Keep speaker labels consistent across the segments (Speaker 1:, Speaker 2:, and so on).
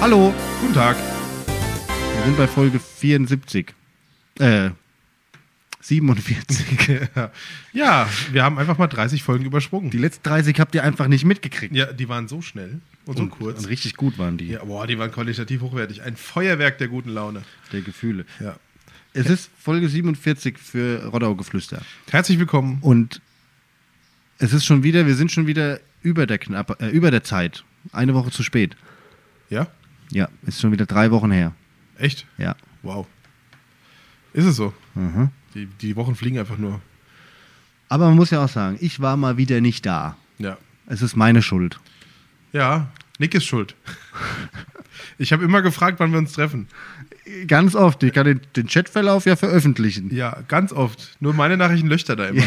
Speaker 1: Hallo, guten Tag. Wir sind bei Folge 74. Äh, 47.
Speaker 2: ja, wir haben einfach mal 30 Folgen übersprungen.
Speaker 1: Die letzten 30 habt ihr einfach nicht mitgekriegt.
Speaker 2: ja, die waren so schnell und so kurz.
Speaker 1: Und richtig gut waren die,
Speaker 2: ja, boah, die waren qualitativ hochwertig. Ein Feuerwerk der guten Laune.
Speaker 1: der Gefühle.
Speaker 2: Ja.
Speaker 1: Es ist Folge 47 für Roddaugeflüster.
Speaker 2: Herzlich willkommen.
Speaker 1: Und es ist schon wieder, wir sind schon wieder über der, Knapp, äh, über der Zeit. Eine Woche zu spät.
Speaker 2: Ja,
Speaker 1: Ja, ist schon wieder drei Wochen her.
Speaker 2: echt?
Speaker 1: Ja.
Speaker 2: Wow. Ist es so?
Speaker 1: Mhm.
Speaker 2: Die, die Wochen fliegen einfach nur.
Speaker 1: Aber man muss ja auch sagen, ich war mal wieder nicht da.
Speaker 2: Ja.
Speaker 1: Es ist meine Schuld.
Speaker 2: Ja, Nick ist schuld. ich habe immer gefragt, wann wir uns treffen.
Speaker 1: Ganz oft. Ich kann den, den Chatverlauf ja veröffentlichen.
Speaker 2: Ja, ganz oft. Nur meine Nachrichten löchter da immer.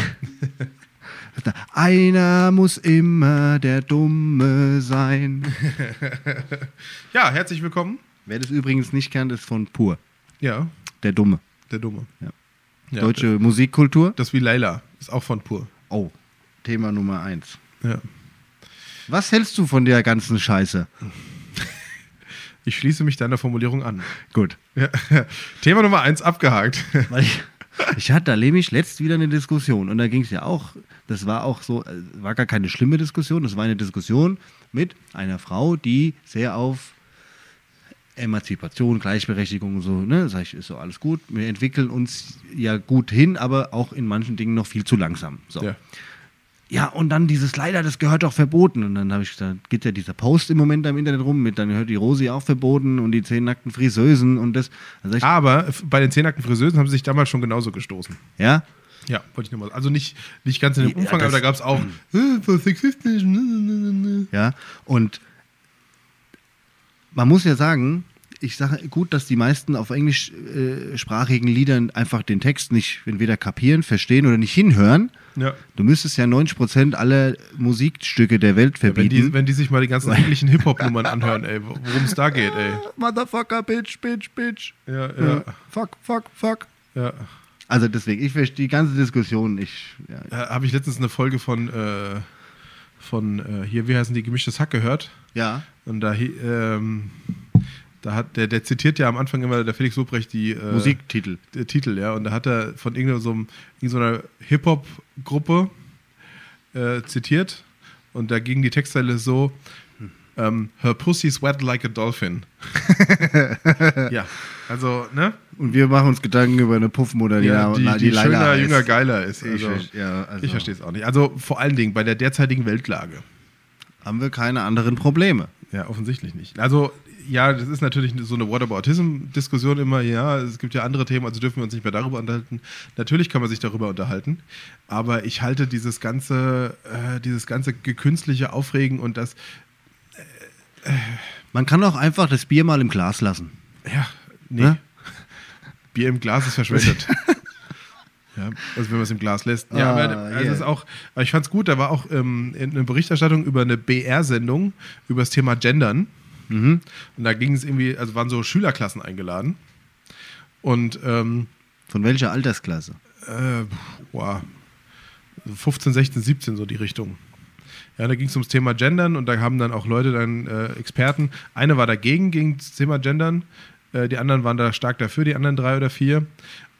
Speaker 1: Einer muss immer der Dumme sein.
Speaker 2: Ja, herzlich willkommen.
Speaker 1: Wer das übrigens nicht kennt, ist von Pur.
Speaker 2: Ja,
Speaker 1: Der Dumme.
Speaker 2: der Dumme.
Speaker 1: Ja.
Speaker 2: Ja,
Speaker 1: Deutsche Musikkultur.
Speaker 2: Das, das wie Leila. Ist auch von pur.
Speaker 1: Oh, Thema Nummer eins.
Speaker 2: Ja.
Speaker 1: Was hältst du von der ganzen Scheiße?
Speaker 2: Ich schließe mich deiner Formulierung an.
Speaker 1: Gut.
Speaker 2: Ja. Thema Nummer eins abgehakt.
Speaker 1: Weil ich, ich hatte da nämlich letzt wieder eine Diskussion und da ging es ja auch, das war auch so, äh, war gar keine schlimme Diskussion, das war eine Diskussion mit einer Frau, die sehr auf Emanzipation, Gleichberechtigung und so, ne, sag ich, ist so alles gut, wir entwickeln uns ja gut hin, aber auch in manchen Dingen noch viel zu langsam. So.
Speaker 2: Ja.
Speaker 1: Ja, und dann dieses leider, das gehört doch verboten. Und dann habe ich gesagt, geht ja dieser Post im Moment da im Internet rum mit, dann gehört die Rosi auch verboten und die zehn nackten Friseusen und das. Dann sag ich,
Speaker 2: Aber f- bei den zehnakten Friseusen haben sie sich damals schon genauso gestoßen.
Speaker 1: ja,
Speaker 2: Ja, wollte ich nochmal. Also nicht, nicht ganz in dem
Speaker 1: Ja,
Speaker 2: Umfang,
Speaker 1: das- hm.
Speaker 2: aber da gab es auch. äh, voll sexistisch, ne, ne, ne, ne.
Speaker 1: Ja, und man muss ja sagen, ich sage gut, dass die meisten auf englischsprachigen äh, sprachigen Liedern einfach den Text nicht entweder kapieren, verstehen oder nicht hinhören.
Speaker 2: ne. Ja.
Speaker 1: Du müsstest ja 90% aller Musikstücke der Welt
Speaker 2: Wenn
Speaker 1: verbieten.
Speaker 2: die, wenn die sich mal die ganzen englischen Hip-Hop-Nummern anhören, ey, wo- worum es da geht, ey.
Speaker 1: Motherfucker, bitch, bitch, bitch.
Speaker 2: Ja, ja,
Speaker 1: Fuck, fuck, fuck.
Speaker 2: ja.
Speaker 1: Also deswegen, ich verstehe die ganze Diskussion nicht. Ja.
Speaker 2: ja. Habe ich letztens eine Folge von, äh, von äh, hier, wie heißen die, Gemischtes Hack gehört.
Speaker 1: ja.
Speaker 2: Und da, hi- ähm, da hat der, der zitiert ja am Anfang immer der Felix Lobrecht die äh,
Speaker 1: Musiktitel.
Speaker 2: der Titel, ja. Und da hat er von irgendeiner so einem- irgendeiner Hip-Hop-Gruppe äh, zitiert. Und da ging die Textzeile so: ähm, Her pussy's wet like a dolphin. ja, also, ne?
Speaker 1: Und wir machen uns Gedanken über eine Puffmutter, die,
Speaker 2: Ja,
Speaker 1: na-
Speaker 2: die,
Speaker 1: na-
Speaker 2: die,
Speaker 1: Leila
Speaker 2: schöner,
Speaker 1: heißt.
Speaker 2: jünger, geiler ist.
Speaker 1: Ich
Speaker 2: Also, ich,
Speaker 1: ver- ja, also.
Speaker 2: verstehe es auch nicht. Also vor allen Dingen bei der derzeitigen Weltlage.
Speaker 1: Haben wir keine anderen Probleme.
Speaker 2: Ja, offensichtlich nicht. Also, ja, das ist natürlich so eine Whataboutism-Diskussion immer. Ja, es gibt ja andere Themen, also dürfen wir uns nicht mehr darüber unterhalten. Natürlich kann man sich darüber unterhalten, aber ich halte dieses ganze, äh, dieses ganze gekünstliche Aufregen und das,
Speaker 1: Man kann auch einfach das Bier mal im Glas lassen.
Speaker 2: ja, nee.
Speaker 1: Ne?
Speaker 2: Bier im Glas ist verschwendet. ja, also wenn man es im Glas lässt. Ja,
Speaker 1: Ah,
Speaker 2: aber also
Speaker 1: yeah.
Speaker 2: es ist auch, aber ich fand es gut, da war auch ähm, in- eine Berichterstattung über eine BR-Sendung über das Thema Gendern. Und da ging es irgendwie, also waren so Schülerklassen eingeladen. Und ähm,
Speaker 1: Von welcher Altersklasse?
Speaker 2: äh, boah, 15, 16, 17 so die Richtung. Ja, da ging es ums Thema Gendern und da haben dann auch Leute, dann äh, Experten, eine war dagegen gegen das Thema Gendern, äh, die anderen waren da stark dafür, die anderen drei oder vier.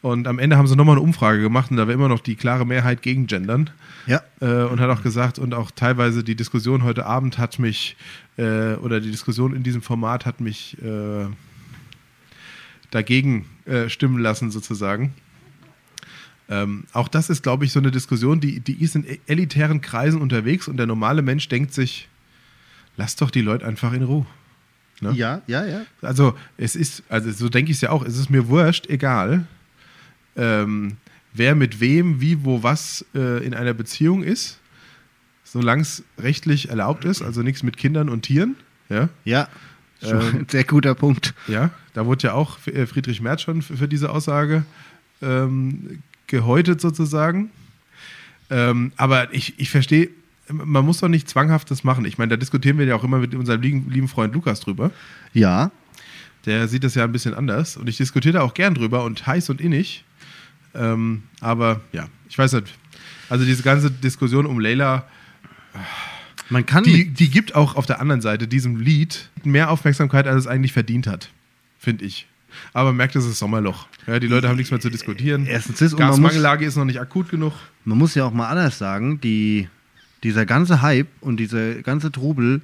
Speaker 2: Und am Ende haben sie nochmal eine Umfrage gemacht und da war immer noch die klare Mehrheit gegen Gendern.
Speaker 1: Ja.
Speaker 2: Äh, und hat auch gesagt, und auch teilweise die Diskussion heute Abend hat mich, äh, oder die Diskussion in diesem Format hat mich äh, dagegen äh, stimmen lassen, sozusagen. Ähm, auch das ist, glaube ich, so eine Diskussion, die, die ist in e- elitären Kreisen unterwegs und der normale Mensch denkt sich, lass doch die Leute einfach in Ruhe. Ja.
Speaker 1: Ja, ja, ja.
Speaker 2: Also, es ist, also so denke ich es ja auch, es ist mir wurscht, egal, ähm, wer mit wem, wie, wo, was äh, in einer Beziehung ist, solange es rechtlich erlaubt ist, also nichts mit Kindern und Tieren. Ja,
Speaker 1: Ja.
Speaker 2: Ähm.
Speaker 1: Sehr guter Punkt.
Speaker 2: ja da wurde ja auch äh, Friedrich Merz schon für, für diese Aussage ähm, gehäutet sozusagen. Ähm, aber ich, ich verstehe, man muss doch nicht zwanghaft das machen. Ich meine, da diskutieren wir ja auch immer mit unserem lieben, lieben Freund Lukas drüber.
Speaker 1: Ja.
Speaker 2: der sieht das ja ein bisschen anders und ich diskutiere da auch gern drüber und heiß und innig. Ähm, aber ja, ich weiß nicht. Also diese ganze Diskussion um Leila,
Speaker 1: Man kann
Speaker 2: die, die gibt auch auf der anderen Seite diesem Lied mehr Aufmerksamkeit, als es eigentlich verdient hat, finde ich. Aber man merkt, es ist Sommerloch. Ja, die Leute haben nichts mehr zu diskutieren.
Speaker 1: Erstens ist- und man muss-
Speaker 2: Gasmangellage ist noch nicht akut genug.
Speaker 1: Man muss ja auch mal anders sagen, die, dieser ganze Hype und dieser ganze Trubel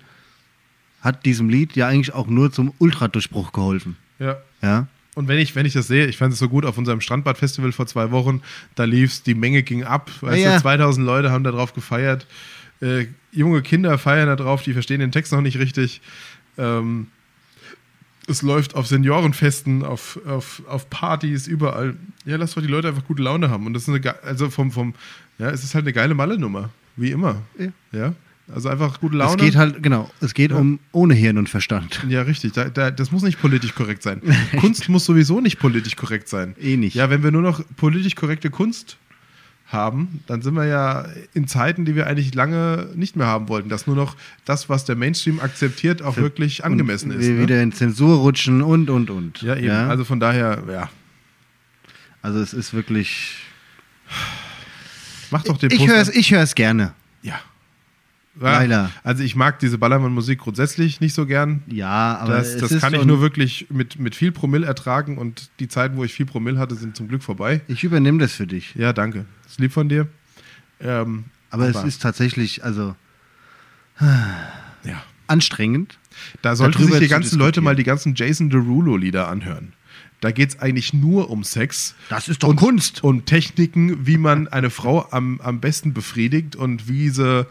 Speaker 1: hat diesem Lied ja eigentlich auch nur zum Ultradurchbruch geholfen.
Speaker 2: Ja.
Speaker 1: Ja?
Speaker 2: Und wenn ich, wenn ich das sehe, ich fand es so gut auf unserem Strandbad-Festival vor zwei Wochen, da lief's, die Menge ging ab. Weißt
Speaker 1: Ja, ja.
Speaker 2: du, 2000 Leute haben da drauf gefeiert. Äh, junge Kinder feiern da drauf, die verstehen den Text noch nicht richtig. Ähm, es läuft auf Seniorenfesten, auf, auf, auf Partys, überall. Ja, lass doch die Leute einfach gute Laune haben. Und das ist eine, ge- also vom, vom, ja, es ist halt eine geile Malle-Nummer. Wie immer.
Speaker 1: Ja.
Speaker 2: ja. Also einfach gute Laune.
Speaker 1: Es geht halt, genau, es geht um ohne Hirn und Verstand.
Speaker 2: Ja, richtig. Da, da, das muss nicht politisch korrekt sein. Kunst muss sowieso nicht politisch korrekt sein.
Speaker 1: Eh nicht.
Speaker 2: Ja, wenn wir nur noch politisch korrekte Kunst haben, dann sind wir ja in Zeiten, die wir eigentlich lange nicht mehr haben wollten, dass nur noch das, was der Mainstream akzeptiert, auch wirklich angemessen
Speaker 1: und
Speaker 2: ist.
Speaker 1: wir
Speaker 2: Ne?
Speaker 1: Wieder in Zensur rutschen und, und, und.
Speaker 2: Ja, eben. Also von daher, ja.
Speaker 1: Also es ist wirklich.
Speaker 2: Mach doch den
Speaker 1: Ich
Speaker 2: Post
Speaker 1: höre es
Speaker 2: an.
Speaker 1: ich hör's gerne.
Speaker 2: Ja.
Speaker 1: Leider.
Speaker 2: Also ich mag diese Ballermann-Musik grundsätzlich nicht so gern.
Speaker 1: Ja, aber
Speaker 2: Das,
Speaker 1: es
Speaker 2: das
Speaker 1: ist
Speaker 2: kann ich
Speaker 1: schon-
Speaker 2: nur wirklich mit, mit viel Promille ertragen und die Zeiten, wo ich viel Promille hatte, sind zum Glück vorbei.
Speaker 1: Ich übernehme das für dich.
Speaker 2: Ja, danke. Das ist lieb von dir. Ähm,
Speaker 1: Aber es ist tatsächlich, also
Speaker 2: Ja.
Speaker 1: anstrengend.
Speaker 2: Da sollten
Speaker 1: darüber
Speaker 2: sich die
Speaker 1: zu
Speaker 2: ganzen Leute
Speaker 1: diskutieren.
Speaker 2: mal die ganzen Jason Derulo-Lieder anhören. Da geht es eigentlich nur um Sex.
Speaker 1: Das ist doch Kunst.
Speaker 2: Und Techniken, wie man eine Frau am, am besten befriedigt und wie sie.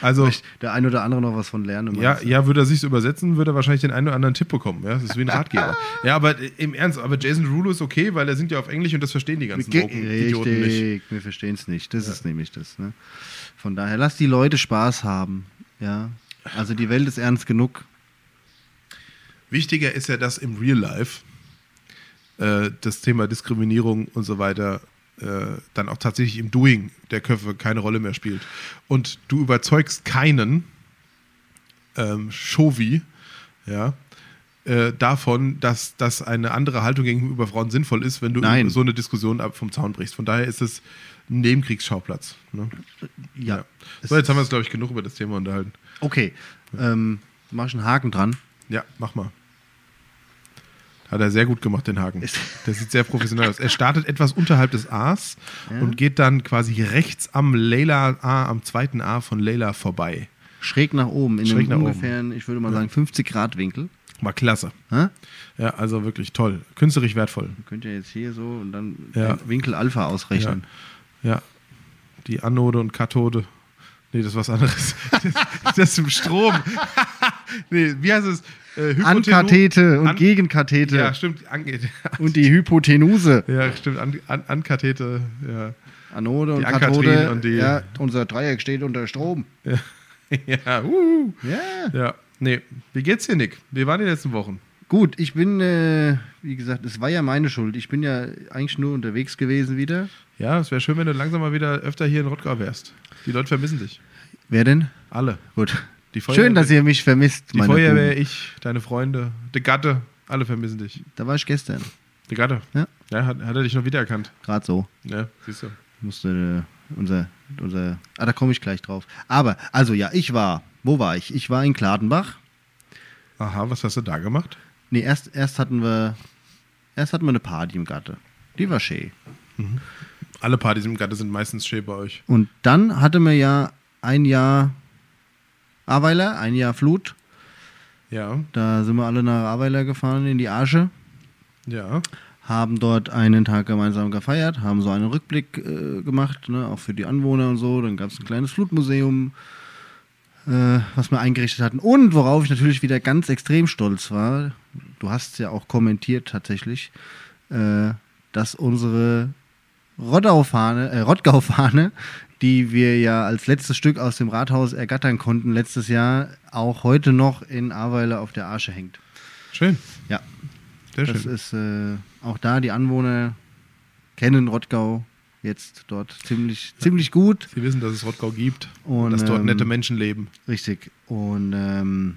Speaker 2: Also,
Speaker 1: Der ein oder andere noch was von lernen.
Speaker 2: ja, ja, würde er sich übersetzen, würde er wahrscheinlich den einen oder anderen Tipp bekommen. Ja, das ist wie ein Ratgeber. ja, aber äh, im Ernst, aber Jason Derulo ist okay, weil er singt ja auf Englisch und das verstehen die ganzen
Speaker 1: Ge-
Speaker 2: Woken Idioten nicht.
Speaker 1: Richtig, wir verstehen es nicht. Das ist nämlich das. Ne? Von daher, lass die Leute Spaß haben. Ja. Also die Welt ist ernst genug.
Speaker 2: Wichtiger ist ja, dass im Real Life äh, das Thema Diskriminierung und so weiter äh, dann auch tatsächlich im Doing der Köpfe keine Rolle mehr spielt. Und du überzeugst keinen ähm, Chauvi, ja, äh, davon, dass, dass eine andere Haltung gegenüber Frauen sinnvoll ist, wenn du
Speaker 1: Nein.
Speaker 2: so eine Diskussion ab vom Zaun brichst. Von daher ist es ein Nebenkriegsschauplatz. Ne?
Speaker 1: Ja. Es
Speaker 2: So, jetzt haben wir
Speaker 1: ist-
Speaker 2: uns, glaube ich, genug über das Thema unterhalten.
Speaker 1: Okay. Ähm, mach ich einen Haken dran.
Speaker 2: Ja, mach mal. Hat er sehr gut gemacht, den Haken.
Speaker 1: Ist-
Speaker 2: Der sieht sehr professionell aus. Er startet etwas unterhalb des A's und geht dann quasi rechts am Leila A, am zweiten A von Leila vorbei.
Speaker 1: Schräg nach oben. In
Speaker 2: Schräg
Speaker 1: einem
Speaker 2: nach
Speaker 1: ungefären, ich würde mal sagen, 50 Grad Winkel.
Speaker 2: War klasse.
Speaker 1: Hä?
Speaker 2: Ja, also wirklich toll. Künstlerisch wertvoll.
Speaker 1: Könnt ihr jetzt hier so und dann
Speaker 2: Ja.
Speaker 1: den Winkel Alpha
Speaker 2: Ja.
Speaker 1: ausrechnen.
Speaker 2: ja. Die Anode und Kathode. Nee, das ist was anderes. Das, das ist im Strom. nee, wie heißt es? Äh,
Speaker 1: Ankathete und
Speaker 2: An-
Speaker 1: Gegenkathete
Speaker 2: Ja, stimmt. Ange
Speaker 1: und die Hypotenuse.
Speaker 2: ja, stimmt. An An Ankathete. Ja.
Speaker 1: Anode und
Speaker 2: Die Ankathrin
Speaker 1: Kathode.
Speaker 2: und die-
Speaker 1: ja, unser Dreieck steht unter Strom.
Speaker 2: ja, uh.
Speaker 1: Ja.
Speaker 2: Ja, nee. Wie geht's dir, Nick? Wie waren die letzten Wochen?
Speaker 1: Gut, ich bin, äh, wie gesagt, es war ja meine Schuld. Ich bin ja eigentlich nur unterwegs gewesen wieder.
Speaker 2: Ja, es wäre schön, wenn du langsam mal wieder öfter hier in Rottgau wärst. Die Leute vermissen dich.
Speaker 1: Wer denn?
Speaker 2: Alle.
Speaker 1: Gut.
Speaker 2: Die Feuerwehr-
Speaker 1: Schön, dass ihr mich vermisst.
Speaker 2: Die
Speaker 1: meine
Speaker 2: Feuerwehr,
Speaker 1: Buben.
Speaker 2: ich, deine Freunde, der Gatte, alle vermissen dich.
Speaker 1: Da war ich gestern.
Speaker 2: Der Gatte.
Speaker 1: Ja.
Speaker 2: Ja, hat, hat er dich noch wiedererkannt.
Speaker 1: Gerade so.
Speaker 2: Ja, siehst du.
Speaker 1: Musste äh, unser, unser. Ah, da komme ich gleich drauf. Aber, also ja, ich war. Wo war ich? Ich war in Kladenbach.
Speaker 2: Aha, was hast du da gemacht?
Speaker 1: Nee, erst, erst hatten wir. Erst hatten wir eine Party im Gatte. Die war schön.
Speaker 2: Alle Partys im Gatte sind meistens schön bei euch.
Speaker 1: Und dann hatte mir ja ein Jahr Aweiler, ein Jahr Flut.
Speaker 2: Ja,
Speaker 1: Da sind wir alle nach Aweiler gefahren in die Arsche,
Speaker 2: ja.
Speaker 1: haben dort einen Tag gemeinsam gefeiert, haben so einen Rückblick äh, gemacht, ne, auch für die Anwohner und so. Dann gab es ein kleines Flutmuseum, äh, was wir eingerichtet hatten. Und worauf ich natürlich wieder ganz extrem stolz war, du hast es ja auch kommentiert tatsächlich, äh, dass unsere Rottgau-Fahne, äh, Rottgau-Fahne, die wir ja als letztes Stück aus dem Rathaus ergattern konnten letztes Jahr, auch heute noch in Aweiler auf der Arsche hängt.
Speaker 2: Schön.
Speaker 1: Ja,
Speaker 2: Sehr
Speaker 1: das
Speaker 2: schön.
Speaker 1: ist äh, auch da, die Anwohner kennen Rottgau jetzt dort ziemlich, ziemlich gut.
Speaker 2: Sie wissen, dass es Rottgau gibt.
Speaker 1: Und,
Speaker 2: dass dort
Speaker 1: ähm,
Speaker 2: nette Menschen leben.
Speaker 1: Richtig. Und ähm,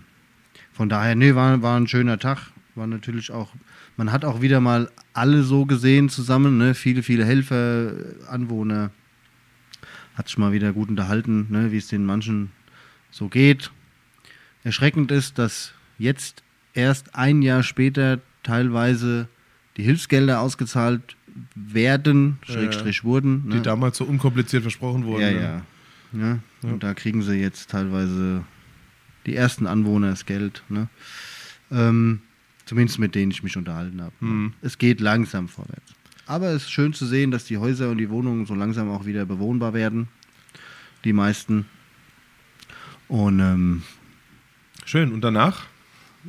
Speaker 1: von daher, nee, war, war ein schöner Tag. War natürlich auch, man hat auch wieder mal alle so gesehen zusammen, ne? Viele, viele Helfer, äh, Anwohner. Hat sich mal wieder gut unterhalten, ne? wie es den manchen so geht. Erschreckend ist, dass jetzt erst ein Jahr später teilweise die Hilfsgelder ausgezahlt werden,
Speaker 2: Ja,
Speaker 1: Schrägstrich wurden. ne?
Speaker 2: Die damals so unkompliziert versprochen wurden.
Speaker 1: ja,
Speaker 2: ne?
Speaker 1: ja. Ne? Und da kriegen sie jetzt teilweise die ersten Anwohner das Geld. Ne? Ähm, zumindest mit denen ich mich unterhalten habe.
Speaker 2: Mhm.
Speaker 1: Es geht langsam vorwärts. Aber es ist schön zu sehen, dass die Häuser und die Wohnungen so langsam auch wieder bewohnbar werden. Die meisten. Und ähm,
Speaker 2: Schön. Und danach?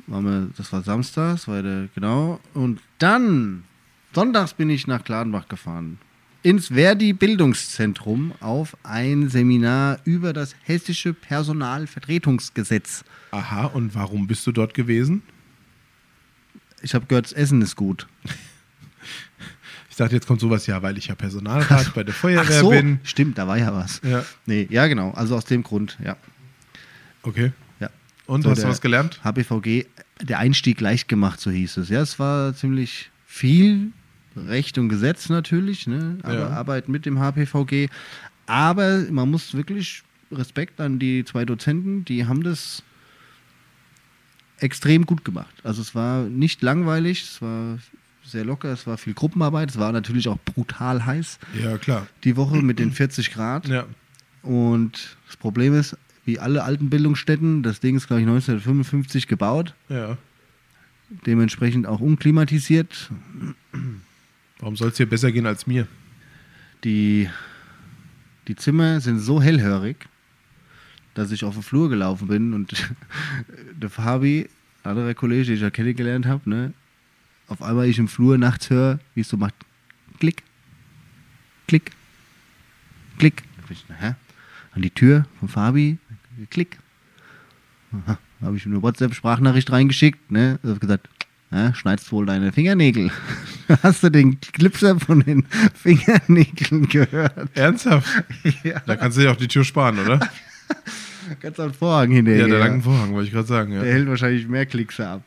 Speaker 1: waren wir, das war Samstag, das war der, genau. Und dann, sonntags bin ich nach Gladenbach gefahren. Ins Verdi Bildungszentrum auf ein Seminar über das hessische Personalvertretungsgesetz.
Speaker 2: Aha, und warum bist du dort gewesen?
Speaker 1: Ich habe gehört, das Essen ist gut.
Speaker 2: Ich dachte, jetzt kommt sowas, ja, weil ich ja Personalrat bei der Feuerwehr
Speaker 1: Ach so,
Speaker 2: bin.
Speaker 1: stimmt, da war ja was.
Speaker 2: Ja.
Speaker 1: Nee, ja, genau. Also aus dem Grund, ja.
Speaker 2: Okay.
Speaker 1: ja.
Speaker 2: Und
Speaker 1: So
Speaker 2: hast du
Speaker 1: der
Speaker 2: was gelernt?
Speaker 1: HBVG, der Einstieg leicht gemacht, so hieß es. Ja, es war ziemlich viel Recht und Gesetz natürlich, ne? aber
Speaker 2: Ja.
Speaker 1: Arbeit mit dem HPVG. Aber man muss wirklich Respekt an die zwei Dozenten, die haben das extrem gut gemacht. Also es war nicht langweilig, es war sehr locker, es war viel Gruppenarbeit, es war natürlich auch brutal heiß
Speaker 2: Ja, klar.
Speaker 1: die Woche mit den 40 Grad.
Speaker 2: Ja.
Speaker 1: Und das Problem ist, wie alle alten Bildungsstätten, das Ding ist, glaube ich, 1955 gebaut,
Speaker 2: Ja.
Speaker 1: dementsprechend auch unklimatisiert.
Speaker 2: Warum soll es dir besser gehen als mir?
Speaker 1: Die, die Zimmer sind so hellhörig, dass ich auf den Flur gelaufen bin und der Fabi, ein anderer Kollege, den ich ja kennengelernt habe, ne, auf einmal ich im Flur nachts höre, wie es so macht: Klick, Klick, Klick. Da bin ich, na, hä? An die Tür von Fabi, Klick. Aha, Da habe ich ihm eine WhatsApp-Sprachnachricht reingeschickt, ne? Er hat gesagt, na, schneidest wohl deine Fingernägel. Hast du den Klipser von den Fingernägeln gehört?
Speaker 2: Ernsthaft?
Speaker 1: Ja.
Speaker 2: Da kannst du dir auch die Tür sparen, oder?
Speaker 1: Ganz am Vorhang hinterher.
Speaker 2: ja, der langen Vorhang, wollte ich gerade sagen.
Speaker 1: Der
Speaker 2: Ja.
Speaker 1: hält wahrscheinlich mehr Klicks ab.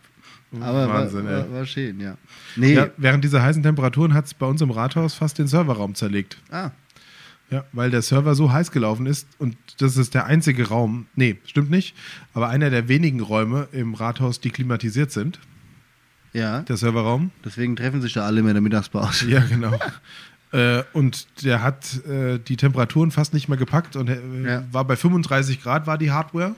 Speaker 1: Aber
Speaker 2: Mhm. Wahnsinn,
Speaker 1: war,
Speaker 2: ey.
Speaker 1: war, war schön, ja. Nee,
Speaker 2: Ja, während dieser heißen Temperaturen hat es bei uns im Rathaus fast den Serverraum zerlegt.
Speaker 1: ah,
Speaker 2: Ja, weil der Server so heiß gelaufen ist und das ist der einzige Raum, nee, stimmt nicht, aber einer der wenigen Räume im Rathaus, die klimatisiert sind,
Speaker 1: ja.
Speaker 2: der Serverraum.
Speaker 1: Deswegen treffen sich da alle immer in der Mittagspause.
Speaker 2: Ja, genau. äh, und der hat äh, die Temperaturen fast nicht mehr gepackt und äh,
Speaker 1: Ja.
Speaker 2: war bei 35 Grad war die Hardware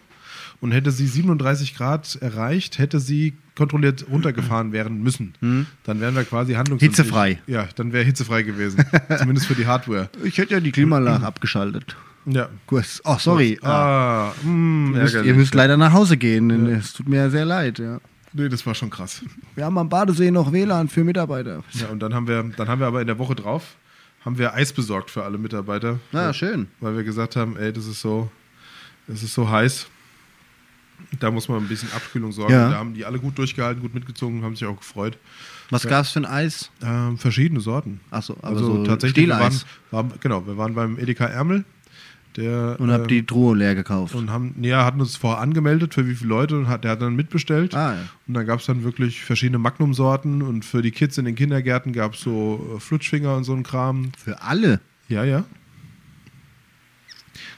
Speaker 2: und hätte sie 37 Grad erreicht, hätte sie kontrolliert runtergefahren werden müssen. Dann wären wir quasi handlungsunfähig.
Speaker 1: Mhm. Hitzefrei.
Speaker 2: Ja, dann wäre hitzefrei gewesen, zumindest für die Hardware.
Speaker 1: Ich hätte ja die Klimaanlage abgeschaltet.
Speaker 2: Ja.
Speaker 1: Kurs. Oh, sorry. Ah,
Speaker 2: Ah, mh,
Speaker 1: ihr, müsst, ihr
Speaker 2: ärgerlich.
Speaker 1: müsst leider nach Hause gehen. denn Es tut mir ja sehr leid. Ja.
Speaker 2: Nee, das war schon krass.
Speaker 1: Wir haben am Badesee noch WLAN für Mitarbeiter.
Speaker 2: Ja, und dann haben wir, dann haben wir aber in der Woche drauf, haben wir Eis besorgt für alle Mitarbeiter.
Speaker 1: Na,
Speaker 2: weil,
Speaker 1: Ah, schön.
Speaker 2: weil wir gesagt haben, ey, das ist so, das ist so heiß. Da muss man ein bisschen Abkühlung sorgen.
Speaker 1: Ja.
Speaker 2: Und Da haben die alle gut durchgehalten, gut mitgezogen, haben sich auch gefreut.
Speaker 1: Was gab's für ein Eis?
Speaker 2: Ähm, verschiedene Sorten.
Speaker 1: Achso, aber
Speaker 2: Also
Speaker 1: so
Speaker 2: tatsächlich, wir waren,
Speaker 1: Stieleis.
Speaker 2: waren, genau, wir waren beim Edeka Ärmel. Der,
Speaker 1: Und hab
Speaker 2: ähm,
Speaker 1: die Truhe leer gekauft.
Speaker 2: und haben, nee, ja, hatten uns vorher angemeldet, für wie viele Leute und hat, der hat dann mitbestellt.
Speaker 1: Ah, ja.
Speaker 2: Und dann gab es dann wirklich verschiedene Magnum-Sorten und für die Kids in den Kindergärten gab es so äh, Flutschfinger und so ein Kram.
Speaker 1: Für alle?
Speaker 2: Ja, ja.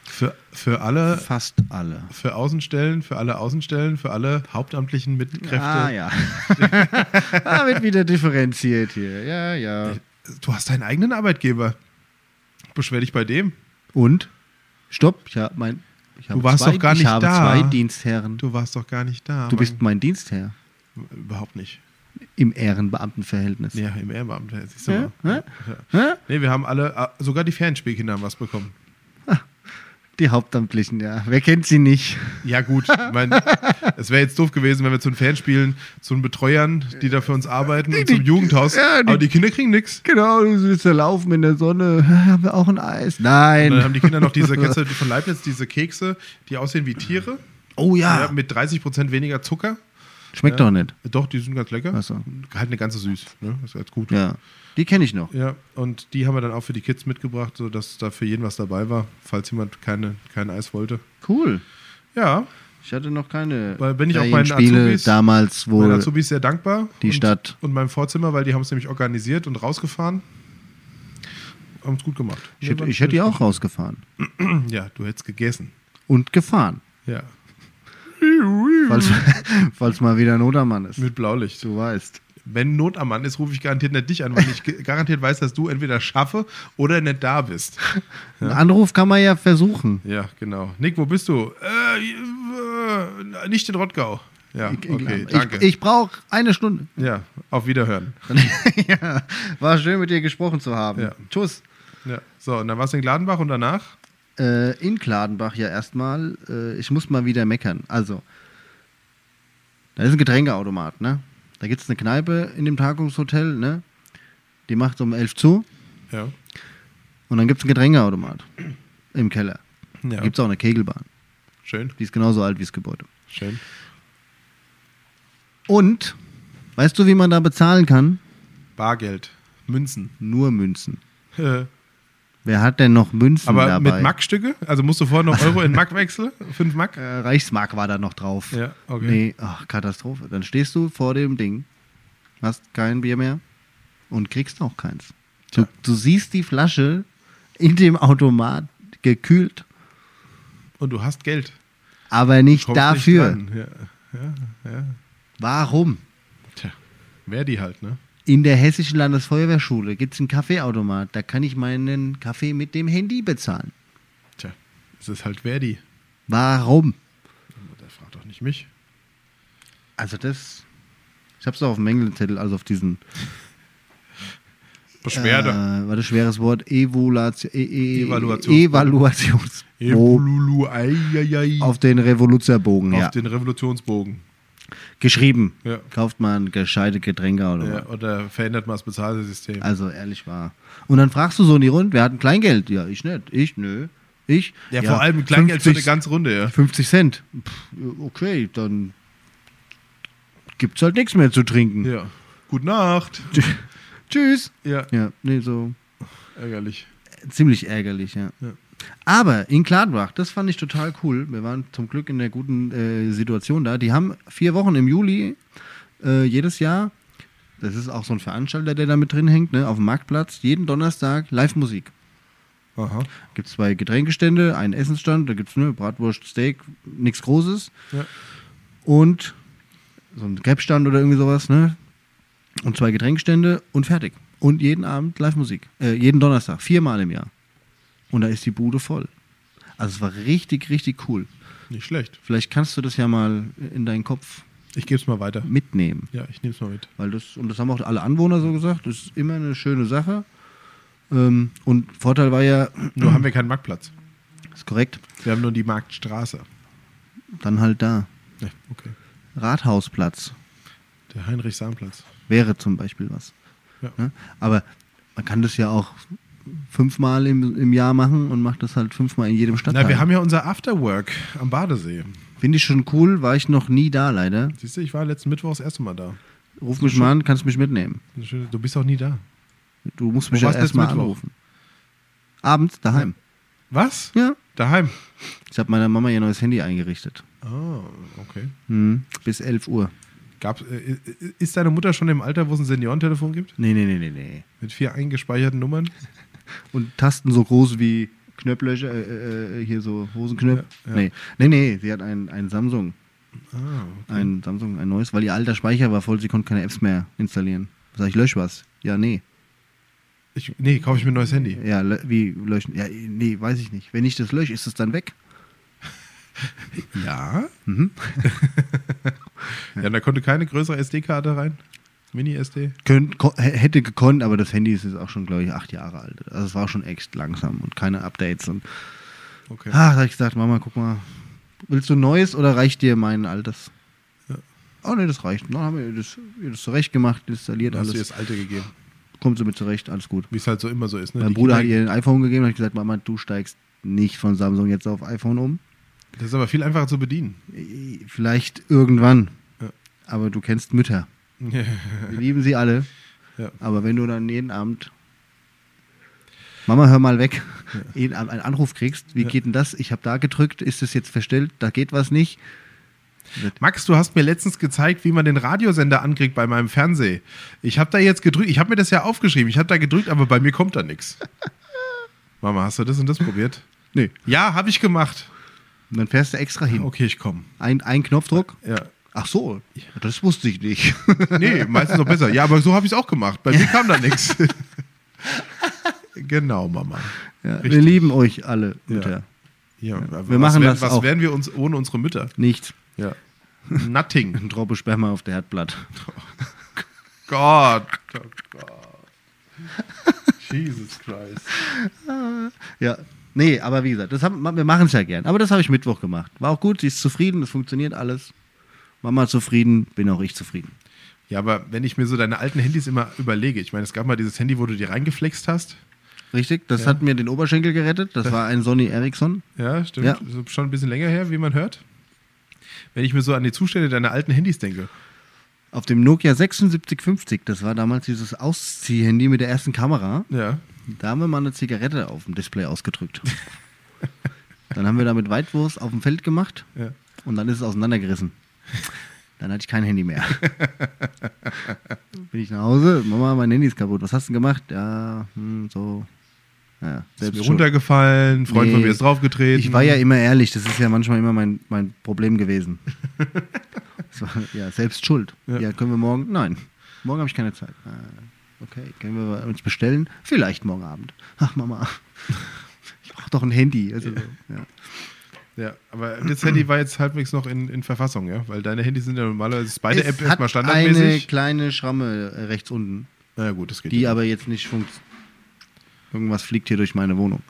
Speaker 2: Für, für alle,
Speaker 1: Fast alle.
Speaker 2: für Außenstellen, für alle Außenstellen, für alle hauptamtlichen Mitkräfte.
Speaker 1: Ah, ja. da wird wieder differenziert hier. Ja, ja.
Speaker 2: Du hast deinen eigenen Arbeitgeber. Beschwer dich bei dem.
Speaker 1: Und? Stopp, ich habe mein. Ich habe
Speaker 2: warst
Speaker 1: zwei,
Speaker 2: doch gar
Speaker 1: Ich
Speaker 2: nicht
Speaker 1: habe
Speaker 2: da.
Speaker 1: zwei Dienstherren. Du,
Speaker 2: Du warst doch gar nicht da.
Speaker 1: bist mein Dienstherr
Speaker 2: Mann. überhaupt nicht.
Speaker 1: im Ehrenbeamtenverhältnis.
Speaker 2: Ja, im Ehrenamt. Siehst du
Speaker 1: Ja,
Speaker 2: mal.
Speaker 1: hä? Hä?
Speaker 2: Nee, wir haben alle, ah, sogar die Fernspielkinder haben was bekommen.
Speaker 1: Die Hauptamtlichen, ja. Wer kennt sie nicht?
Speaker 2: Ja, gut. Ich mein, es wäre jetzt doof gewesen, wenn wir zu den Fanspielen, zu den Betreuern, die da für uns arbeiten, und zum Jugendhaus.
Speaker 1: ja, die-
Speaker 2: aber die Kinder kriegen nichts.
Speaker 1: Genau, du sitzt da laufen in der Sonne. Haben wir auch ein Eis?
Speaker 2: Und ähm, dann
Speaker 1: Nein.
Speaker 2: haben die Kinder noch diese, kennst du die von Leibniz, diese Kekse, die aussehen wie Tiere,
Speaker 1: Oh ja.
Speaker 2: ja, mit 30% weniger Zucker.
Speaker 1: Schmeckt doch nicht.
Speaker 2: Doch, die sind ganz lecker.
Speaker 1: Ach so.
Speaker 2: Halt eine ganze süß. Ne? Das ist ganz gut.
Speaker 1: Ja. Die kenne ich noch.
Speaker 2: Ja, und die haben wir dann auch für die Kids mitgebracht, sodass da für jeden was dabei war, falls jemand keine, kein Eis wollte.
Speaker 1: Cool.
Speaker 2: Ja,
Speaker 1: Ich hatte noch keine
Speaker 2: Weil bin ich auch meinen
Speaker 1: Spiele
Speaker 2: Azubis-
Speaker 1: damals, wo
Speaker 2: meinen Azubis sehr dankbar.
Speaker 1: die
Speaker 2: und,
Speaker 1: Stadt.
Speaker 2: Und meinem Vorzimmer, weil die haben es nämlich organisiert und rausgefahren. Haben es gut gemacht.
Speaker 1: ich hätte, ich hätte die auch rausgefahren
Speaker 2: Ja, du hättest gegessen.
Speaker 1: und gefahren.
Speaker 2: Ja.
Speaker 1: Falls, falls mal wieder ein Notermann ist.
Speaker 2: Mit Blaulicht.
Speaker 1: Du weißt.
Speaker 2: Wenn Not am Mann ist, rufe ich garantiert nicht dich an, weil ich ge- garantiert weiß, dass du entweder schaffe oder nicht da bist.
Speaker 1: Einen Anruf kann man ja versuchen.
Speaker 2: Ja, genau. Nick, wo bist du? Äh, äh, nicht in Rottgau. Ja, okay,
Speaker 1: ich
Speaker 2: danke.
Speaker 1: ich brauche eine Stunde.
Speaker 2: ja, auf Wiederhören.
Speaker 1: ja, war schön, mit dir gesprochen zu haben.
Speaker 2: Ja.
Speaker 1: Tschüss.
Speaker 2: Ja. So, und dann warst du in Gladenbach und danach?
Speaker 1: Äh, in Kladenbach ja erstmal. Äh, ich muss mal wieder meckern. Also, da ist ein Getränkeautomat, ne? Da gibt es eine Kneipe in dem Tagungshotel, ne? Die macht um 11 zu
Speaker 2: Ja.
Speaker 1: und dann gibt es einen Getränkeautomat im Keller.
Speaker 2: ja.
Speaker 1: Da gibt es auch eine Kegelbahn.
Speaker 2: Schön,
Speaker 1: Die ist genauso alt wie das Gebäude.
Speaker 2: schön.
Speaker 1: Und, weißt du, wie man da bezahlen kann?
Speaker 2: Bargeld, Münzen.
Speaker 1: Nur Münzen.
Speaker 2: Äh,
Speaker 1: Wer hat denn noch Münzen
Speaker 2: aber
Speaker 1: dabei?
Speaker 2: mit Mack-Stücke? Also musst du vorher noch Euro in Mack wechseln? Fünf Mack?
Speaker 1: Äh, Reichsmark war da noch drauf.
Speaker 2: Ja, okay.
Speaker 1: Nee, ach, Katastrophe. Dann stehst du vor dem Ding, hast kein Bier mehr und kriegst auch keins. Du, du siehst die Flasche in dem Automat gekühlt,
Speaker 2: Und du hast Geld.
Speaker 1: aber nicht
Speaker 2: Kommst
Speaker 1: dafür.
Speaker 2: Nicht dran. ja, ja, ja.
Speaker 1: Warum?
Speaker 2: Tja, wär die halt, ne?
Speaker 1: In der Hessischen Landesfeuerwehrschule gibt es einen Kaffeeautomat. Da kann ich meinen Kaffee mit dem Handy bezahlen.
Speaker 2: Tja, es ist halt Verdi.
Speaker 1: Warum?
Speaker 2: Der fragt doch nicht mich.
Speaker 1: Also das. Ich hab's doch auf dem Mängelzettel, also auf diesen.
Speaker 2: Beschwerde.
Speaker 1: Äh, war das schweres Wort? Evaluation. E e
Speaker 2: Evaluations-
Speaker 1: Evaluations.
Speaker 2: Äh, Evolulu, ei, ei, ei. Auf,
Speaker 1: Auf den Revoluzerbogen, ja.
Speaker 2: den Revolutionsbogen.
Speaker 1: Geschrieben.
Speaker 2: Ja.
Speaker 1: Kauft man gescheite Getränke oder
Speaker 2: Ja, oder verändert mal das Bezahlsystem.
Speaker 1: Also ehrlich war. Und dann fragst du so in die Runde, wer hat ein Kleingeld? Ja, ich nicht. Ich, nö. Ich.
Speaker 2: ja, vor allem mit Kleingeld für eine ganze Runde, ja.
Speaker 1: 50 Cent. Pff, okay, dann gibt's halt nichts mehr zu trinken.
Speaker 2: Ja. Gute Nacht.
Speaker 1: Tschüss.
Speaker 2: Ja,
Speaker 1: Ja, nee, so
Speaker 2: ärgerlich.
Speaker 1: ziemlich ärgerlich, ja.
Speaker 2: Ja.
Speaker 1: Aber in Gladbach, das fand ich total cool. Wir waren zum Glück in der guten äh, Situation da. Die haben vier Wochen im Juli äh, jedes Jahr, das ist auch so ein Veranstalter, der da mit drin hängt, ne, auf dem Marktplatz, jeden Donnerstag Live-Musik.
Speaker 2: Aha.
Speaker 1: Gibt zwei Getränkestände, einen Essensstand, da gibt es ne, Bratwurst, Steak, nichts Großes.
Speaker 2: Ja.
Speaker 1: Und so ein Crepe-Stand oder irgendwie sowas, ne? Und zwei Getränkestände und fertig. Und jeden Abend Live-Musik. Äh, jeden Donnerstag, viermal im Jahr. Und da ist die Bude voll. Also es war richtig, richtig cool.
Speaker 2: Nicht schlecht.
Speaker 1: Vielleicht kannst du das ja mal in deinen Kopf
Speaker 2: Ich geb's mal weiter.
Speaker 1: mitnehmen.
Speaker 2: Ja, ich nehm's mal mit.
Speaker 1: Weil das, und das haben auch alle Anwohner so gesagt, das ist immer eine schöne Sache. Ähm, und Vorteil war ja,
Speaker 2: Nur haben wir keinen Marktplatz.
Speaker 1: ist korrekt,
Speaker 2: Wir haben nur die Marktstraße.
Speaker 1: dann halt da.
Speaker 2: Ja, okay.
Speaker 1: Rathausplatz
Speaker 2: Der Heinrich-Sahn-Platz.
Speaker 1: wäre zum Beispiel was.
Speaker 2: Ja.
Speaker 1: Ne? Aber man kann das ja auch fünfmal im, im Jahr machen und macht das halt fünfmal in jedem Stadtteil.
Speaker 2: Na, wir haben ja unser Afterwork am Badesee.
Speaker 1: Finde ich schon cool, war ich noch nie da leider.
Speaker 2: Siehst du, ich war letzten Mittwoch das erste Mal da.
Speaker 1: Ruf mich mal an, kannst mich mitnehmen.
Speaker 2: Eine schöne- Du bist auch nie da.
Speaker 1: Du musst
Speaker 2: Wo
Speaker 1: mich ja
Speaker 2: warst du
Speaker 1: erstmal
Speaker 2: letzten Mittwoch?
Speaker 1: anrufen. Abends daheim.
Speaker 2: Was?
Speaker 1: Ja.
Speaker 2: Daheim.
Speaker 1: Ich habe meiner Mama ihr neues Handy eingerichtet.
Speaker 2: Ah, okay.
Speaker 1: Hm, bis 11 Uhr.
Speaker 2: Gab, äh, ist deine Mutter schon im Alter, wo es ein Seniorentelefon gibt?
Speaker 1: Nee, nee, nee, nee, nee.
Speaker 2: Mit vier eingespeicherten Nummern?
Speaker 1: Und Tasten so groß wie Knöpplöcher, äh, äh, hier so Hosenknöpfe.
Speaker 2: Ja, ja.
Speaker 1: Nee. nee, nee, sie hat ein, ein Samsung.
Speaker 2: Ah,
Speaker 1: Ein Samsung, ein neues, weil ihr alter Speicher war voll, sie konnte keine Apps mehr installieren. Sag ich, lösch was. Ja, nee.
Speaker 2: ich, nee, kaufe ich mir ein neues Handy.
Speaker 1: Ja, lö wie löschen? Ja, nee, weiß ich nicht. Wenn ich das lösche, ist es dann weg?
Speaker 2: Ja? Mhm. ja, und da konnte keine größere SD-Karte rein. Mini-SD.
Speaker 1: Könnt, ko hä- hätte gekonnt, aber das Handy ist jetzt auch schon, glaube ich, acht Jahre alt. Also es war schon echt langsam und keine Updates. Und
Speaker 2: Okay.
Speaker 1: ah, da habe ich gesagt, Mama, guck mal, willst du Neues oder reicht dir mein altes?
Speaker 2: Ja.
Speaker 1: Oh nee, das reicht. Dann haben wir ihr das, ihr das zurecht gemacht, installiert
Speaker 2: Dann hast du ihr
Speaker 1: alles.
Speaker 2: das alte gegeben.
Speaker 1: Kommt sie mit zurecht, alles gut.
Speaker 2: Wie es halt so immer so ist. Ne?
Speaker 1: mein
Speaker 2: Die
Speaker 1: Bruder hat
Speaker 2: Kinder-
Speaker 1: ihr ein iPhone gegeben und hat gesagt, Mama, du steigst nicht von Samsung jetzt auf iPhone um.
Speaker 2: das ist aber viel einfacher zu bedienen.
Speaker 1: Vielleicht irgendwann.
Speaker 2: Ja.
Speaker 1: Aber du kennst Mütter. Wir lieben sie alle.
Speaker 2: Ja.
Speaker 1: Aber wenn du dann jeden Abend Mama, hör mal weg, jeden Abend einen Anruf kriegst, wie
Speaker 2: Ja.
Speaker 1: geht denn das? Ich habe da gedrückt, ist es jetzt verstellt, da geht was nicht.
Speaker 2: Max, du hast mir letztens gezeigt, wie man den Radiosender ankriegt bei meinem Fernseher. Ich habe da jetzt gedrückt, ich habe mir das ja aufgeschrieben, ich habe da gedrückt, aber bei mir kommt da nichts. Mama, hast du das und das probiert?
Speaker 1: Nee.
Speaker 2: Ja, habe ich gemacht.
Speaker 1: Und dann fährst du extra hin.
Speaker 2: Okay, ich komme.
Speaker 1: Ein, ein Knopfdruck.
Speaker 2: Ja.
Speaker 1: Ach so, das wusste ich nicht.
Speaker 2: Nee, meistens noch besser. Ja, aber so habe ich es auch gemacht. Bei mir kam da nichts. Genau, Mama.
Speaker 1: Ja, wir
Speaker 2: Richtig.
Speaker 1: lieben euch alle, Mütter.
Speaker 2: Ja, wir
Speaker 1: machen
Speaker 2: wären,
Speaker 1: das
Speaker 2: Was
Speaker 1: auch.
Speaker 2: wären wir uns ohne unsere Mütter?
Speaker 1: Nichts.
Speaker 2: Ja. Nothing.
Speaker 1: Ein Tropfen Sperma auf der Herdplatte.
Speaker 2: Gott. Oh Gott. Jesus Christ.
Speaker 1: Ja. Nee, aber wie gesagt, das haben, wir machen es ja gern. Aber das habe ich Mittwoch gemacht. War auch gut, sie ist zufrieden, es funktioniert alles. Mama zufrieden, bin auch ich zufrieden.
Speaker 2: Ja, aber wenn ich mir so deine alten Handys immer überlege, ich meine, es gab mal dieses Handy, wo du dir reingeflext hast.
Speaker 1: Richtig, das hat mir den Oberschenkel gerettet. Das war ein Sonny Ericsson.
Speaker 2: Ja, stimmt.
Speaker 1: Ja.
Speaker 2: So Schon ein bisschen länger her, wie man hört. Wenn ich mir so an die Zustände deiner alten Handys denke.
Speaker 1: Auf dem Nokia 7650, das war damals dieses Ausziehhandy mit der ersten Kamera,
Speaker 2: Ja.
Speaker 1: da haben wir mal eine Zigarette auf dem Display ausgedrückt. dann haben wir damit Weitwurst auf dem Feld gemacht
Speaker 2: ja.
Speaker 1: und dann ist es auseinandergerissen. Dann hatte ich kein Handy mehr. Bin ich nach Hause, Mama, mein Handy ist kaputt. Was hast du denn gemacht? Ja, hm, so. Ja,
Speaker 2: Ist mir
Speaker 1: selbst schuld.
Speaker 2: runtergefallen, ein Freund von
Speaker 1: Nee.
Speaker 2: mir ist draufgetreten.
Speaker 1: Ich war ja immer ehrlich, das ist ja manchmal immer mein, mein Problem gewesen. Das war, ja, selbst schuld.
Speaker 2: Ja.
Speaker 1: Ja. können wir morgen? Nein, morgen habe ich keine Zeit. Äh, Okay, können wir uns bestellen? Vielleicht morgen Abend. Ach Mama, ich brauche doch ein Handy. Also, ja.
Speaker 2: Ja, aber das Handy war jetzt halbwegs noch in, in Verfassung, ja? Weil deine Handys sind ja normalerweise, ist beide
Speaker 1: Es
Speaker 2: App
Speaker 1: hat
Speaker 2: erstmal
Speaker 1: eine
Speaker 2: standardmäßig.
Speaker 1: kleine Schramme äh, rechts unten,
Speaker 2: Na ja, gut, das geht.
Speaker 1: die
Speaker 2: ja.
Speaker 1: aber jetzt nicht funktioniert. Irgendwas fliegt hier durch meine Wohnung.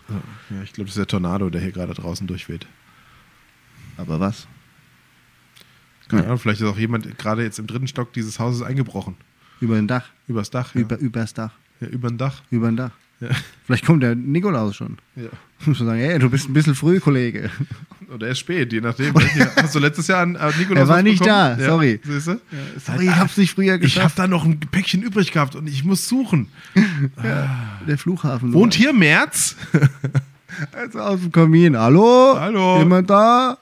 Speaker 2: ja, ich glaube, das ist der Tornado, der hier gerade draußen durchweht.
Speaker 1: Aber was?
Speaker 2: Keine
Speaker 1: Ja.
Speaker 2: Ahnung, vielleicht ist auch jemand gerade jetzt im dritten Stock dieses Hauses eingebrochen.
Speaker 1: Über ein Dach.
Speaker 2: Übers Dach. Ja.
Speaker 1: Über, übers Dach.
Speaker 2: ja, übern Dach.
Speaker 1: Über ein Dach.
Speaker 2: Ja.
Speaker 1: Vielleicht kommt der Nikolaus schon.
Speaker 2: Ja.
Speaker 1: Muss man sagen, hey, du bist ein bisschen früh, Kollege.
Speaker 2: Oder erst spät, je nachdem. Hast du letztes Jahr an, an Nikolaus
Speaker 1: Er war
Speaker 2: was
Speaker 1: nicht
Speaker 2: bekommen?
Speaker 1: da, sorry.
Speaker 2: Siehst du?
Speaker 1: Sorry, ich hab's nicht früher
Speaker 2: Ich habe
Speaker 1: geschafft.
Speaker 2: da noch ein Päckchen übrig gehabt und ich muss suchen.
Speaker 1: Der Flughafen.
Speaker 2: Wohnt hier März?
Speaker 1: Also aus dem Kamin. Hallo?
Speaker 2: Hallo?
Speaker 1: Jemand da?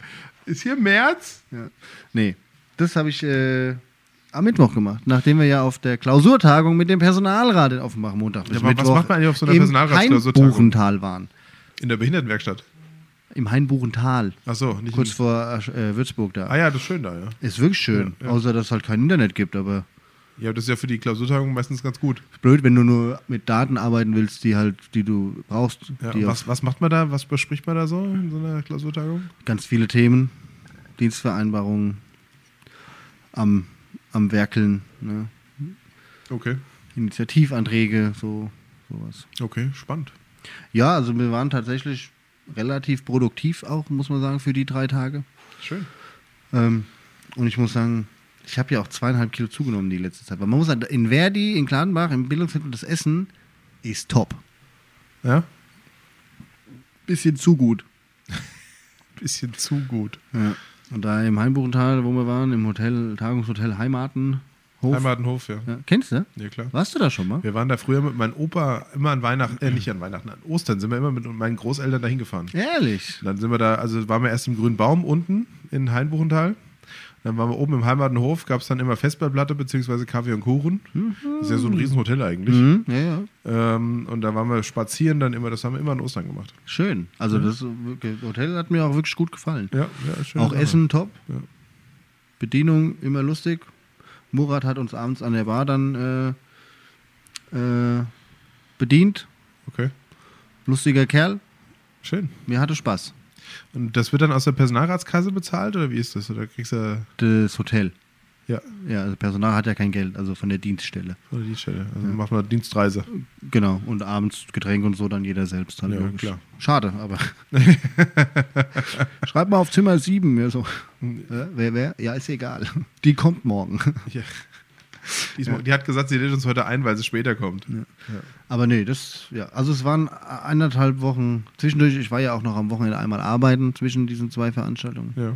Speaker 2: Ist hier März?
Speaker 1: Ja. Nee, das habe ich äh, am Mittwoch gemacht, nachdem wir ja auf der Klausurtagung mit dem Personalrat in Offenbach Montag bis
Speaker 2: Ja, aber was
Speaker 1: Mittwoch
Speaker 2: macht man eigentlich auf so einer
Speaker 1: im
Speaker 2: Personalratsklausurtagung?
Speaker 1: Hainbuchental waren.
Speaker 2: In der Behindertenwerkstatt.
Speaker 1: Im Hainbuchental,
Speaker 2: Achso, nicht
Speaker 1: kurz
Speaker 2: in-
Speaker 1: vor äh, Würzburg da.
Speaker 2: Ah ja, das ist schön da, ja.
Speaker 1: Ist wirklich schön, außer dass es halt kein Internet gibt, aber
Speaker 2: Ja, aber das ist ja für die Klausurtagung meistens ganz gut.
Speaker 1: ist blöd, wenn du nur mit Daten arbeiten willst, die halt, die du brauchst,
Speaker 2: Ja,
Speaker 1: die
Speaker 2: und
Speaker 1: auf
Speaker 2: was, was macht man da? Was bespricht man da so in so einer Klausurtagung?
Speaker 1: ganz viele Themen. Dienstvereinbarungen am, am Werkeln, ne?
Speaker 2: Okay,
Speaker 1: Initiativanträge, so, sowas.
Speaker 2: okay, spannend.
Speaker 1: Ja, also wir waren tatsächlich relativ produktiv auch, muss man sagen, für die drei Tage.
Speaker 2: Schön.
Speaker 1: Ähm, und ich muss sagen, ich habe ja auch zweieinhalb Kilo zugenommen die letzte Zeit. Weil man muss sagen, in Verdi, in Kladenbach, im Bildungszentrum, das Essen ist top.
Speaker 2: Ja?
Speaker 1: Bisschen zu gut.
Speaker 2: Bisschen zu gut.
Speaker 1: Ja. Und da im Heimbuchental, wo wir waren, im Hotel, Tagungshotel Heimatenhof.
Speaker 2: Heimatenhof, ja.
Speaker 1: Ja, kennst du?
Speaker 2: Ja, klar.
Speaker 1: Warst du da schon mal?
Speaker 2: Wir waren da früher mit meinem Opa immer an Weihnachten, äh, nicht an Weihnachten, an Ostern sind wir immer mit meinen Großeltern dahin gefahren.
Speaker 1: Ehrlich?
Speaker 2: Und Dann sind wir da, also waren wir erst im Grünen Baum unten in Hainbuchental. Und Dann waren wir oben im Heimatenhof, gab es dann immer Festballplatte bzw. Kaffee und Kuchen. Das ist ja so ein Riesenhotel eigentlich.
Speaker 1: Mhm. Ja, ja.
Speaker 2: Ähm, und da waren wir spazieren dann immer, das haben wir immer an Ostern gemacht.
Speaker 1: Schön. Also das wirklich- Hotel hat mir auch wirklich gut gefallen.
Speaker 2: Ja, ja, schön.
Speaker 1: auch Essen top.
Speaker 2: Ja.
Speaker 1: Bedienung immer lustig. Murat hat uns abends an der Bar dann äh, äh, bedient.
Speaker 2: Okay,
Speaker 1: Lustiger Kerl.
Speaker 2: schön.
Speaker 1: Mir hatte Spaß.
Speaker 2: Und das wird dann aus der Personalratskasse bezahlt oder wie ist das? Oder kriegst du
Speaker 1: Das Hotel.
Speaker 2: ja
Speaker 1: Ja, also Personal hat ja kein Geld, also von der Dienststelle.
Speaker 2: von der Dienststelle? Also macht man Dienstreise.
Speaker 1: Genau. Und abends Getränk und so dann jeder selbst. Halt
Speaker 2: Ja,
Speaker 1: logisch.
Speaker 2: klar.
Speaker 1: Schade, aber. Schreib mal auf Zimmer 7. Ja, so. Äh, wer, wer? Ja, ist egal. Die kommt morgen.
Speaker 2: Ja. Diesmal, Die hat gesagt, sie lädt uns heute ein, weil sie später kommt.
Speaker 1: Aber nee, das, ja, also es waren eineinhalb Wochen zwischendurch. Ich war ja auch noch am Wochenende einmal arbeiten zwischen diesen zwei Veranstaltungen.
Speaker 2: Ja.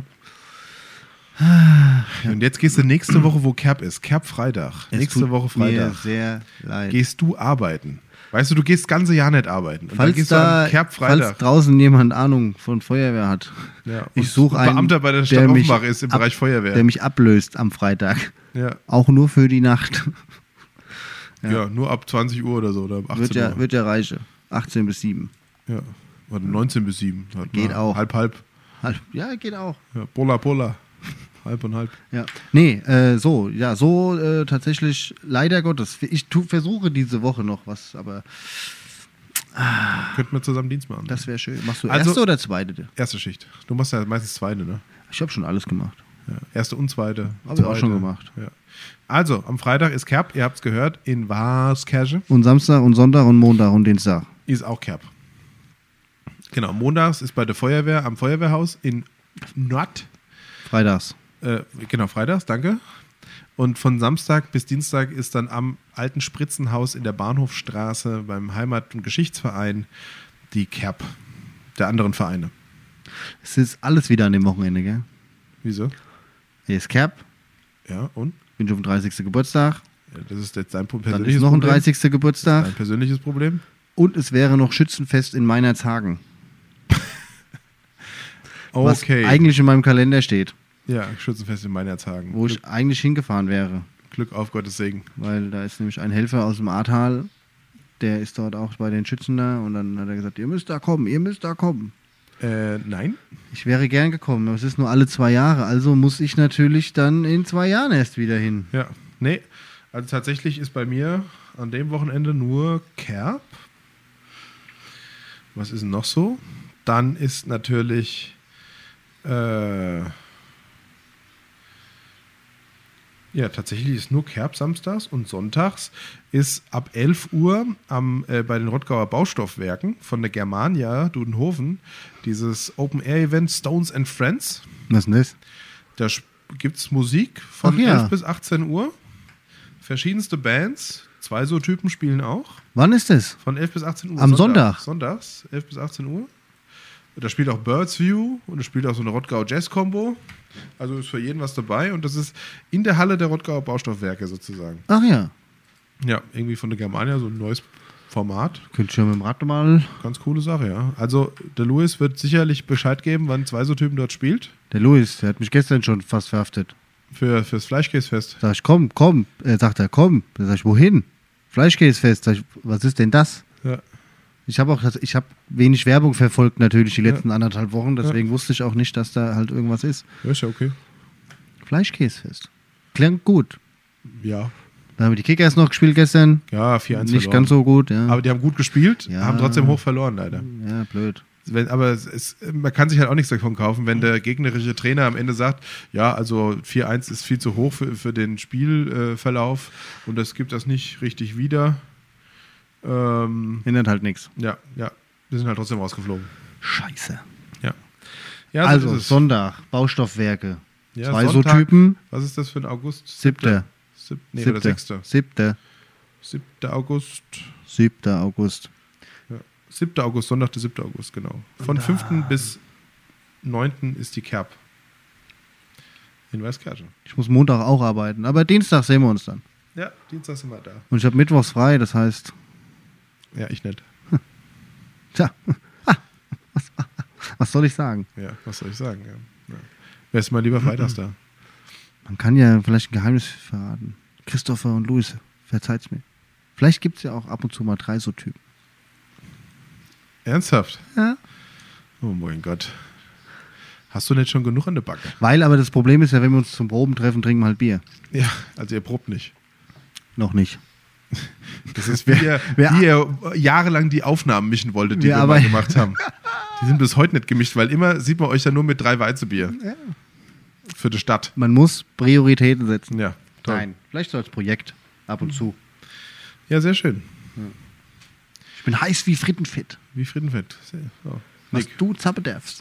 Speaker 2: Und jetzt gehst du nächste Woche, wo Kerb ist. Kerb Freitag.
Speaker 1: Ah, Es
Speaker 2: nächste
Speaker 1: tut
Speaker 2: Woche
Speaker 1: Mir
Speaker 2: Freitag.
Speaker 1: sehr leid.
Speaker 2: Gehst du arbeiten. Weißt du, du gehst das ganze Jahr nicht arbeiten. Und dann
Speaker 1: falls,
Speaker 2: gehst du
Speaker 1: da,
Speaker 2: am Kerb
Speaker 1: falls
Speaker 2: Freitag.
Speaker 1: draußen jemand Ahnung von Feuerwehr hat,
Speaker 2: Ja, und
Speaker 1: ich suche
Speaker 2: ein
Speaker 1: einen
Speaker 2: Beamter bei der Stadt Offenbach ist im Bereich Feuerwehr.
Speaker 1: der mich ablöst am Freitag.
Speaker 2: Ja.
Speaker 1: Auch nur für die Nacht.
Speaker 2: Ja. nur ab 20 Uhr oder so oder ab 18
Speaker 1: Wird ja,
Speaker 2: Uhr.
Speaker 1: wird ja reiche. 18 bis 7.
Speaker 2: ja. Oder 19 bis 7. Hat
Speaker 1: Geht
Speaker 2: man.
Speaker 1: auch.
Speaker 2: Halb, halb.
Speaker 1: Halb, ja, geht auch.
Speaker 2: Ja, Pola, Pola. halb und halb.
Speaker 1: Ja. Nee, äh, so, ja, so äh, tatsächlich, leider Gottes. Ich tu, versuche diese Woche noch was, aber
Speaker 2: Könnten wir zusammen Dienst machen.
Speaker 1: das wäre schön. Machst du
Speaker 2: Also-
Speaker 1: erste oder zweite?
Speaker 2: Erste Schicht. Du machst ja meistens zweite, ne?
Speaker 1: Ich habe schon alles gemacht.
Speaker 2: Ja. Erste und zweite.
Speaker 1: Hab ich
Speaker 2: zweite.
Speaker 1: auch schon gemacht.
Speaker 2: Ja. Also, am Freitag ist Kerb, ihr habt es gehört, in Vaaskirche
Speaker 1: Und Samstag und Sonntag und Montag und Dienstag.
Speaker 2: ist auch Kerb. Genau, montags ist bei der Feuerwehr am Feuerwehrhaus in Nord.
Speaker 1: Freitags.
Speaker 2: Äh, genau, freitags, danke. Und von Samstag bis Dienstag ist dann am alten Spritzenhaus in der Bahnhofstraße beim Heimat- und Geschichtsverein die Kerb der anderen Vereine.
Speaker 1: Es ist alles wieder an dem Wochenende, gell?
Speaker 2: Wieso?
Speaker 1: Hier ist Cap,
Speaker 2: Ja, und?
Speaker 1: bin schon auf dem 30. Geburtstag.
Speaker 2: Ja, Das ist jetzt dein
Speaker 1: Dann
Speaker 2: persönliches
Speaker 1: ist noch ein
Speaker 2: Problem.
Speaker 1: 30.
Speaker 2: Dein
Speaker 1: Geburtstag.
Speaker 2: persönliches Problem?
Speaker 1: Und es wäre noch Schützenfest in Meinerzhagen. Was
Speaker 2: Okay.
Speaker 1: eigentlich in meinem Kalender steht,
Speaker 2: ja, Schützenfest in Meinerzhagen.
Speaker 1: wo ich eigentlich hingefahren wäre.
Speaker 2: Glück auf Gottes Segen.
Speaker 1: Weil da ist nämlich ein Helfer aus dem Ahrtal, der ist dort auch bei den Schützen da. Und dann hat er gesagt, ihr müsst da kommen, ihr müsst da kommen.
Speaker 2: Äh, nein?
Speaker 1: Ich wäre gern gekommen, aber es ist nur alle zwei Jahre. Also muss ich natürlich dann in zwei Jahren erst wieder hin.
Speaker 2: Ja. Nee. Also tatsächlich ist bei mir an dem Wochenende nur Kerb. Was ist denn noch so? Dann ist natürlich. Äh, ja, tatsächlich ist nur Kerb samstags und sonntags ist ab 11 Uhr am, äh, bei den Rottgauer Baustoffwerken von der Germania Dudenhofen dieses Open-Air-Event Stones and Friends.
Speaker 1: Was denn das?
Speaker 2: Da gibt es Musik von
Speaker 1: Ach ja.
Speaker 2: 11 bis 18 Uhr. Verschiedenste Bands. Zwei so Typen spielen auch.
Speaker 1: Wann ist das?
Speaker 2: Von 11 bis 18 Uhr.
Speaker 1: Am Sonntag.
Speaker 2: Sonntags, 11 bis 18 Uhr. Da spielt auch Birds View und da spielt auch so eine Rottgau Jazz Combo. Also ist für jeden was dabei und das ist in der Halle der Rottgauer Baustoffwerke sozusagen.
Speaker 1: Ach ja.
Speaker 2: Ja, irgendwie von der Germania so ein neues Format.
Speaker 1: Könnt ihr mit dem Rad mal.
Speaker 2: Ganz coole Sache, ja. Also der Louis wird sicherlich Bescheid geben, wann zwei so Typen dort spielt.
Speaker 1: Der Luis, der hat mich gestern schon fast verhaftet.
Speaker 2: Für, fürs Fleischkäsefest.
Speaker 1: Sag ich, komm, komm. Er sagt er, komm. Dann sag ich, wohin? Fleischkäsefest. Sag ich, was ist denn das?
Speaker 2: Ja.
Speaker 1: Ich habe auch, ich habe wenig Werbung verfolgt natürlich die letzten anderthalb Wochen, deswegen wusste ich auch nicht, dass da halt irgendwas ist.
Speaker 2: ja, ist ja okay.
Speaker 1: Fleischkäsefest. Klingt gut.
Speaker 2: Ja.
Speaker 1: Da haben die Kickers noch gespielt gestern.
Speaker 2: Ja, 4-1
Speaker 1: Nicht
Speaker 2: verloren.
Speaker 1: ganz so gut, ja.
Speaker 2: Aber die haben gut gespielt,
Speaker 1: Ja.
Speaker 2: haben trotzdem hoch verloren, leider.
Speaker 1: ja, blöd.
Speaker 2: Wenn, aber es, es, man kann sich halt auch nichts davon kaufen, wenn der gegnerische Trainer am Ende sagt, ja, also 4-1 ist viel zu hoch für, für den Spielverlauf und das gibt das nicht richtig wieder. Ähm,
Speaker 1: Hindert halt nichts.
Speaker 2: ja, ja, wir sind halt trotzdem rausgeflogen.
Speaker 1: Scheiße.
Speaker 2: Ja, ja so
Speaker 1: also,
Speaker 2: ist es.
Speaker 1: Sonntag, Baustoffwerke.
Speaker 2: Ja,
Speaker 1: Zwei
Speaker 2: Sonntag.
Speaker 1: so Typen.
Speaker 2: Was ist das für ein August?
Speaker 1: Siebter.
Speaker 2: Sieb, nee, oder
Speaker 1: Siebter.
Speaker 2: sechster.
Speaker 1: Siebter.
Speaker 2: 7. August.
Speaker 1: Siebter August.
Speaker 2: 7. August, Sonntag, der 7. August, genau. Von 5. bis 9. ist die Kerb. In Weißkirchen.
Speaker 1: Ich muss Montag auch arbeiten, aber Dienstag sehen wir uns dann.
Speaker 2: Ja, Dienstag sind wir da.
Speaker 1: Und ich habe Mittwochs frei, das heißt,
Speaker 2: Ja, ich nicht.
Speaker 1: tja, was soll ich sagen?
Speaker 2: Ja, was soll ich sagen? Ja. Ja. Wärst du mal lieber freitags da.
Speaker 1: Man kann ja vielleicht ein Geheimnis verraten. Christopher und Luis, verzeiht's mir. Vielleicht gibt es ja auch ab und zu mal drei so Typen.
Speaker 2: Ernsthaft?
Speaker 1: Ja.
Speaker 2: Oh mein Gott. Hast du nicht schon genug an der Backe?
Speaker 1: Weil aber das Problem ist ja, wenn wir uns zum Proben treffen, trinken wir halt Bier.
Speaker 2: Ja, also ihr probt nicht.
Speaker 1: Noch nicht.
Speaker 2: Das ist, wie, ihr,
Speaker 1: wer-
Speaker 2: wie ihr jahrelang die Aufnahmen mischen wolltet, die
Speaker 1: Wir
Speaker 2: wir, mal
Speaker 1: arbeit-
Speaker 2: gemacht haben. Die sind bis heute nicht gemischt, weil immer sieht man euch ja nur mit drei Weizenbier. Für die Stadt.
Speaker 1: Man muss Prioritäten setzen.
Speaker 2: Ja, toll. Hm.
Speaker 1: Nein, vielleicht so als Projekt ab und zu.
Speaker 2: Ja, sehr schön.
Speaker 1: Ich bin heiß wie Frittenfit.
Speaker 2: Wie Friedenfeld. Sehr- Oh.
Speaker 1: Was
Speaker 2: Nick.
Speaker 1: du zappen darfst,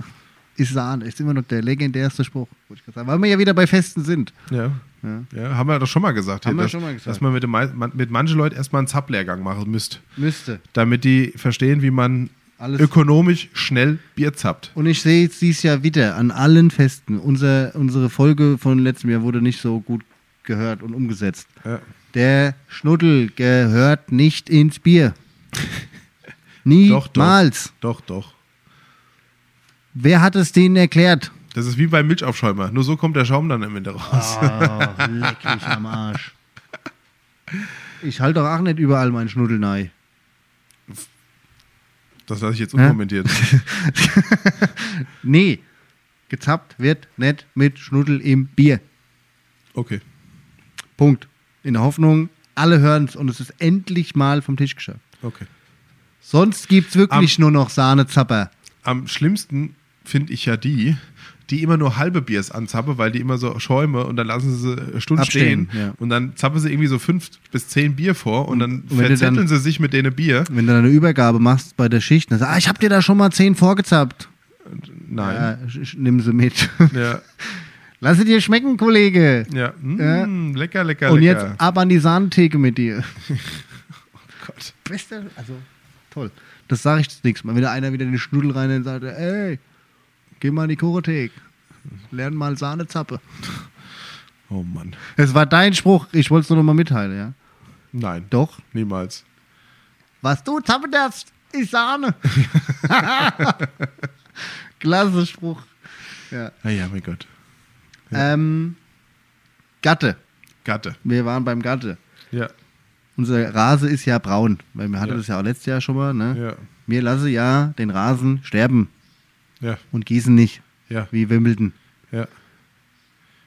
Speaker 1: ist Sahne. Ist immer noch der legendärste Spruch. wollte ich gerade sagen. Weil wir ja wieder bei Festen sind.
Speaker 2: Ja.
Speaker 1: Ja.
Speaker 2: ja. haben wir doch schon mal gesagt.
Speaker 1: Haben wir
Speaker 2: dass,
Speaker 1: schon mal gesagt.
Speaker 2: Dass man mit, dem, mei- man, mit manchen Leuten erstmal einen Zaplehrgang machen müsst,
Speaker 1: Müsste.
Speaker 2: damit die verstehen, wie man
Speaker 1: Alles-
Speaker 2: ökonomisch schnell Bier zappt.
Speaker 1: Und ich sehe es dieses Jahr wieder an allen Festen. Unser, unsere Folge von letztem Jahr wurde nicht so gut gehört und umgesetzt.
Speaker 2: Ja.
Speaker 1: Der Schnuddel gehört nicht ins Bier. Niemals.
Speaker 2: Doch, doch.
Speaker 1: Wer hat es denen erklärt?
Speaker 2: Das ist wie beim Milchaufschäumer. Nur so kommt der Schaum dann am Ende raus.
Speaker 1: Oh, leck mich am Arsch. Ich halte doch auch nicht überall meinen Schnuddel nei.
Speaker 2: Das lasse ich jetzt unkommentiert.
Speaker 1: Nee, gezappt wird nicht mit Schnuddel im Bier.
Speaker 2: Okay.
Speaker 1: Punkt. In der Hoffnung, alle hören es und es ist endlich mal vom Tisch geschafft.
Speaker 2: Okay.
Speaker 1: Sonst gibt es wirklich nur noch Sahnezapper.
Speaker 2: Am schlimmsten finde ich ja die, die immer nur halbe Biers anzappe, weil die immer so schäume und dann lassen sie sie Stunden
Speaker 1: Abstehen,
Speaker 2: stehen.
Speaker 1: ja.
Speaker 2: Und dann zappen sie irgendwie so fünf bis zehn Bier vor und dann
Speaker 1: Und wenn du
Speaker 2: verzetteln
Speaker 1: dann-
Speaker 2: sie sich mit denen Bier.
Speaker 1: Wenn du dann eine Übergabe machst bei der Schicht, dann sagst du, ah, ich hab dir da schon mal zehn vorgezappt.
Speaker 2: Nein.
Speaker 1: Ja, sch- sch- nimm sie mit.
Speaker 2: Ja,
Speaker 1: Lass sie dir schmecken, Kollege.
Speaker 2: ja. Mm,
Speaker 1: Ja.
Speaker 2: Lecker, lecker,
Speaker 1: und jetzt
Speaker 2: lecker.
Speaker 1: ab an die Sahnentheke mit dir.
Speaker 2: Gott.
Speaker 1: Bester, also toll. Das sage ich das nächste Mal. Wenn da einer wieder in den Schnudel rein und sagt, ey, geh mal in die Korothek. Lern mal Sahnezappe.
Speaker 2: Oh Mann.
Speaker 1: Es war dein Spruch, ich wollte es nur noch mal mitteilen, ja.
Speaker 2: Nein,
Speaker 1: Doch.
Speaker 2: niemals.
Speaker 1: Was du zappen darfst, ist Sahne. Klasse Spruch. Ja.
Speaker 2: Ah ja, mein Gott.
Speaker 1: Ähm, Gatte.
Speaker 2: Gatte.
Speaker 1: Wir waren beim Gatte.
Speaker 2: Ja,
Speaker 1: Unser Rase ist ja braun, weil wir hatten
Speaker 2: Ja.
Speaker 1: das ja auch letztes Jahr schon mal. Ne?
Speaker 2: ja,
Speaker 1: Wir lassen ja den Rasen sterben
Speaker 2: ja,
Speaker 1: und gießen nicht,
Speaker 2: ja,
Speaker 1: wie Wimbledon.
Speaker 2: ja.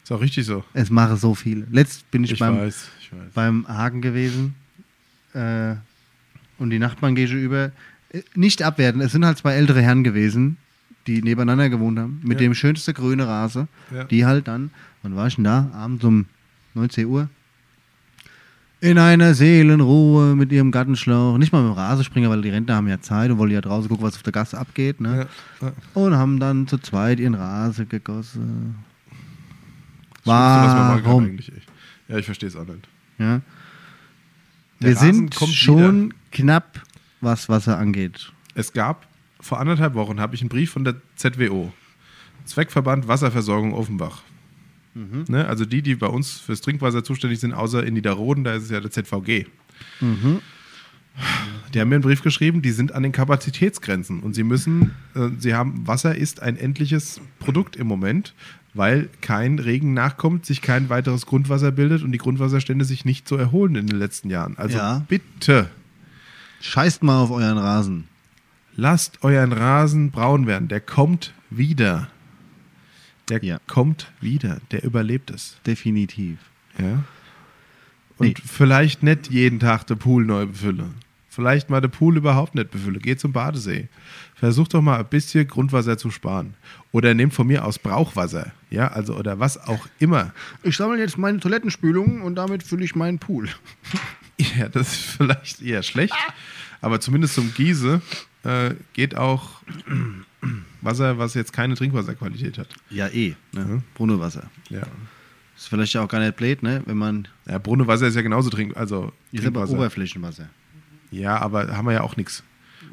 Speaker 2: Ist auch richtig so.
Speaker 1: Es mache so viele. Letzt bin ich,
Speaker 2: Ich
Speaker 1: beim,
Speaker 2: weiß, ich weiß.
Speaker 1: beim Hagen gewesen äh, und die Nachbarn gehe ich über. Äh, Nicht abwerten, es sind halt zwei ältere Herren gewesen, die nebeneinander gewohnt haben, mit
Speaker 2: Ja.
Speaker 1: dem schönsten grüne Rase,
Speaker 2: Ja.
Speaker 1: die halt dann, wann war ich denn da? Abends um 19 Uhr. In einer Seelenruhe mit ihrem Gartenschlauch, nicht mal mit dem Rasenspringer, weil die Rentner haben ja Zeit und wollen ja draußen gucken, was auf der Gasse abgeht. Ne?
Speaker 2: Ja, ja.
Speaker 1: Und haben dann zu zweit ihren Rasen gegossen.
Speaker 2: Das Schlimmste, was man machen kann
Speaker 1: Warum?
Speaker 2: eigentlich, ey. Ja, ich verstehe es auch nicht.
Speaker 1: Ja.
Speaker 2: Der
Speaker 1: Wir
Speaker 2: Rasen
Speaker 1: sind
Speaker 2: kommt
Speaker 1: schon knapp, was Wasser angeht.
Speaker 2: Es gab vor anderthalb Wochen habe ich einen Brief von der ZWO, Zweckverband Wasserversorgung Offenbach. Ne, also die, die bei uns fürs Trinkwasser zuständig sind, außer in Niederroden, da ist es ja der ZVG. Die haben mir einen Brief geschrieben, die sind an den Kapazitätsgrenzen und sie müssen, äh, sie haben, Wasser ist ein endliches Produkt im Moment, weil kein Regen nachkommt, sich kein weiteres Grundwasser bildet und die Grundwasserstände sich nicht so erholen in den letzten Jahren. Also
Speaker 1: Ja.
Speaker 2: bitte,
Speaker 1: Scheißt mal auf euren Rasen.
Speaker 2: Lasst euren Rasen braun werden. Der kommt wieder. Der
Speaker 1: Ja.
Speaker 2: kommt wieder. Der überlebt es.
Speaker 1: Definitiv.
Speaker 2: Ja. Und
Speaker 1: Nee.
Speaker 2: vielleicht nicht jeden Tag den Pool neu befüllen. Vielleicht mal den Pool überhaupt nicht befüllen. Geh zum Badesee. Versuch doch mal ein bisschen Grundwasser zu sparen. Oder nehmt von mir aus Brauchwasser. Ja, also oder was auch immer.
Speaker 1: Ich sammle jetzt meine Toilettenspülung und damit fülle ich meinen Pool.
Speaker 2: Ja, das ist vielleicht eher schlecht. Aber zumindest zum Gieße äh, geht auch Wasser, was jetzt keine Trinkwasserqualität hat.
Speaker 1: Ja, eh. Ne? Brunnenwasser.
Speaker 2: Ja.
Speaker 1: Ist vielleicht auch gar nicht blöd, ne? wenn man.
Speaker 2: Ja, Brunnenwasser ist ja genauso trink also
Speaker 1: Ist aber
Speaker 2: Trinkwasser.
Speaker 1: Oberflächenwasser.
Speaker 2: ja, aber haben wir ja auch nichts.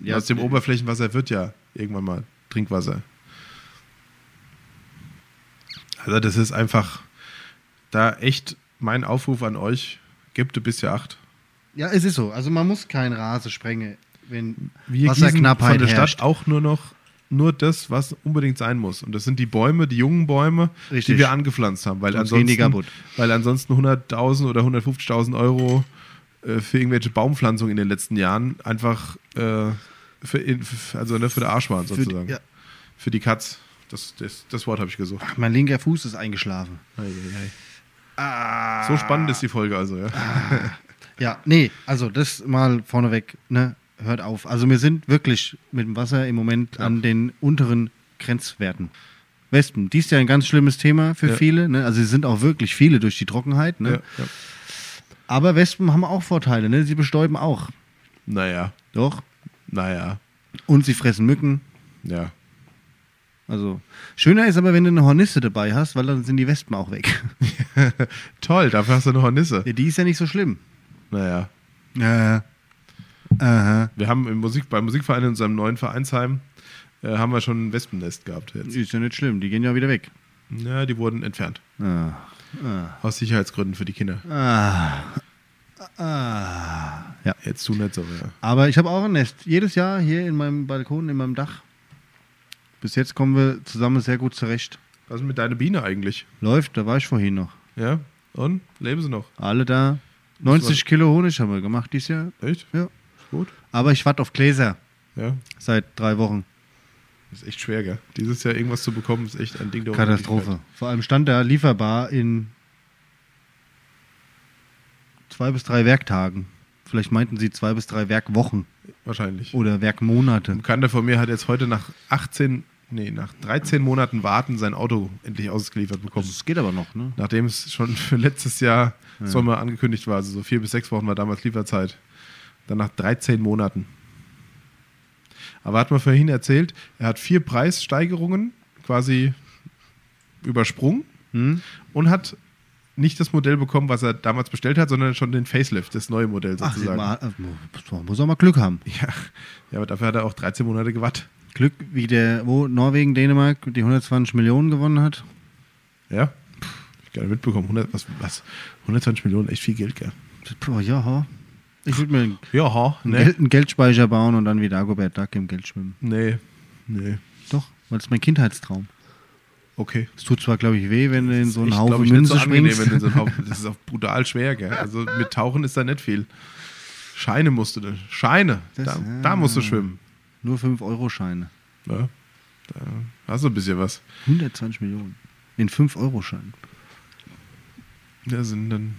Speaker 1: Ja,
Speaker 2: Aus dem
Speaker 1: äh,
Speaker 2: Oberflächenwasser wird ja irgendwann mal Trinkwasser. Also das ist einfach da echt mein Aufruf an euch, gebt ein bisschen Acht.
Speaker 1: Ja, es ist so. Also man muss keinen Rasen sprengen, wenn
Speaker 2: Wir gießen von
Speaker 1: Wasserknappheit
Speaker 2: der
Speaker 1: herrscht.
Speaker 2: Stadt auch nur noch nur das, was unbedingt sein muss. Und das sind die Bäume, die jungen Bäume,
Speaker 1: Richtig.
Speaker 2: die wir angepflanzt haben. Weil
Speaker 1: Sonst gehen die
Speaker 2: ansonsten,
Speaker 1: kaputt.
Speaker 2: weil ansonsten 100.000 oder 150.000 Euro äh, für irgendwelche Baumpflanzungen in den letzten Jahren einfach äh, für, in, für, also, ne, für den Arsch waren
Speaker 1: Für die-
Speaker 2: sozusagen. Für die,
Speaker 1: ja.
Speaker 2: Katz. Das, das, das Wort habe ich gesucht.
Speaker 1: Mein linker Fuß ist eingeschlafen.
Speaker 2: Ah. So spannend ist die Folge also. Ja.
Speaker 1: Ah, Ja, nee, also das mal vorneweg, ne, hört auf. Also wir sind wirklich mit dem Wasser im Moment an den unteren Grenzwerten. Wespen, dies ist ja ein ganz schlimmes Thema für
Speaker 2: Ja.
Speaker 1: viele. Ne? Also sie sind auch wirklich viele durch die Trockenheit. Ne?
Speaker 2: Ja, ja.
Speaker 1: Aber Wespen haben auch Vorteile. Ne? Sie bestäuben auch.
Speaker 2: Naja,
Speaker 1: Doch.
Speaker 2: naja,
Speaker 1: Und sie fressen Mücken.
Speaker 2: ja.
Speaker 1: Also schöner ist aber, wenn du eine Hornisse dabei hast, weil dann sind die Wespen auch weg.
Speaker 2: Toll, dafür hast du eine Hornisse.
Speaker 1: Ja, die ist ja nicht so schlimm.
Speaker 2: Naja.
Speaker 1: Ja. Aha.
Speaker 2: Wir haben im Musik, beim Musikverein in unserem neuen Vereinsheim äh, haben wir schon ein Wespennest gehabt jetzt.
Speaker 1: Die ist ja nicht schlimm. Die gehen ja wieder weg.
Speaker 2: Ja, die wurden entfernt.
Speaker 1: Ah.
Speaker 2: Aus Sicherheitsgründen für die Kinder.
Speaker 1: Ah. Ah. Ja.
Speaker 2: Jetzt tun nicht so, ja.
Speaker 1: Aber ich habe auch ein Nest. Jedes Jahr hier in meinem Balkon, in meinem Dach. Bis jetzt kommen wir zusammen sehr gut zurecht.
Speaker 2: Was ist mit deiner Biene eigentlich?
Speaker 1: Läuft, da war ich vorhin noch.
Speaker 2: Ja? Und? Leben sie noch?
Speaker 1: Alle da. 90 Kilo Honig haben wir gemacht dieses Jahr.
Speaker 2: Echt?
Speaker 1: Ja.
Speaker 2: Ist gut?
Speaker 1: Aber ich warte auf Gläser
Speaker 2: Ja.
Speaker 1: seit drei Wochen.
Speaker 2: Das ist echt schwer, gell? Dieses Jahr irgendwas zu bekommen, ist echt ein Ding der
Speaker 1: Katastrophe.
Speaker 2: Unmöglichkeit.
Speaker 1: Vor allem stand da lieferbar in zwei bis drei Werktagen. Vielleicht meinten sie zwei bis drei Werkwochen
Speaker 2: Wahrscheinlich.
Speaker 1: oder
Speaker 2: Ein
Speaker 1: Werkmonate.
Speaker 2: Bekannter von mir hat jetzt heute nach 18, nee, nach 13 Monaten Warten sein Auto endlich ausgeliefert bekommen.
Speaker 1: Das geht aber noch, ne?
Speaker 2: Nachdem es schon für letztes Jahr Sommer angekündigt war, also so vier bis sechs Wochen war damals Lieferzeit. Dann nach 13 Monaten. Aber hat man vorhin erzählt, er hat vier Preissteigerungen quasi übersprungen
Speaker 1: Hm?
Speaker 2: und hat nicht das Modell bekommen, was er damals bestellt hat, sondern schon den Facelift, das neue Modell
Speaker 1: Ach,
Speaker 2: sozusagen.
Speaker 1: mal, äh, muss auch mal Glück haben.
Speaker 2: ja. ja, aber dafür hat er auch 13 Monate gewartet.
Speaker 1: Glück, wie der, wo Norwegen, Dänemark die 120 Millionen gewonnen hat.
Speaker 2: Ja. Hab Ich gerne mitbekommen. 100, was, was? 120 Millionen, echt viel Geld, gell?
Speaker 1: Puh, ja, ho. ich würde mir einen,
Speaker 2: Ja, ha,
Speaker 1: Geld, einen Geldspeicher bauen und dann wie Dagobert Duck im Geld schwimmen.
Speaker 2: Nee. Nee.
Speaker 1: Doch, weil es mein Kindheitstraum.
Speaker 2: Okay.
Speaker 1: Es tut zwar, glaube ich, weh, wenn du in so einen
Speaker 2: Echt,
Speaker 1: Haufen
Speaker 2: glaub ich,
Speaker 1: Münze
Speaker 2: nicht so angenehm,
Speaker 1: springst.
Speaker 2: wenn du in so einen Haufen, das ist auch brutal schwer, gell? Also mit Tauchen ist da nicht viel. Scheine musst du, denn- Scheine,
Speaker 1: Das-
Speaker 2: da,
Speaker 1: äh, ja.
Speaker 2: da musst du schwimmen.
Speaker 1: Nur 5-Euro-Scheine.
Speaker 2: Ja, da hast du ein bisschen was.
Speaker 1: 120 Millionen. In 5-Euro-Scheinen.
Speaker 2: Da sind dann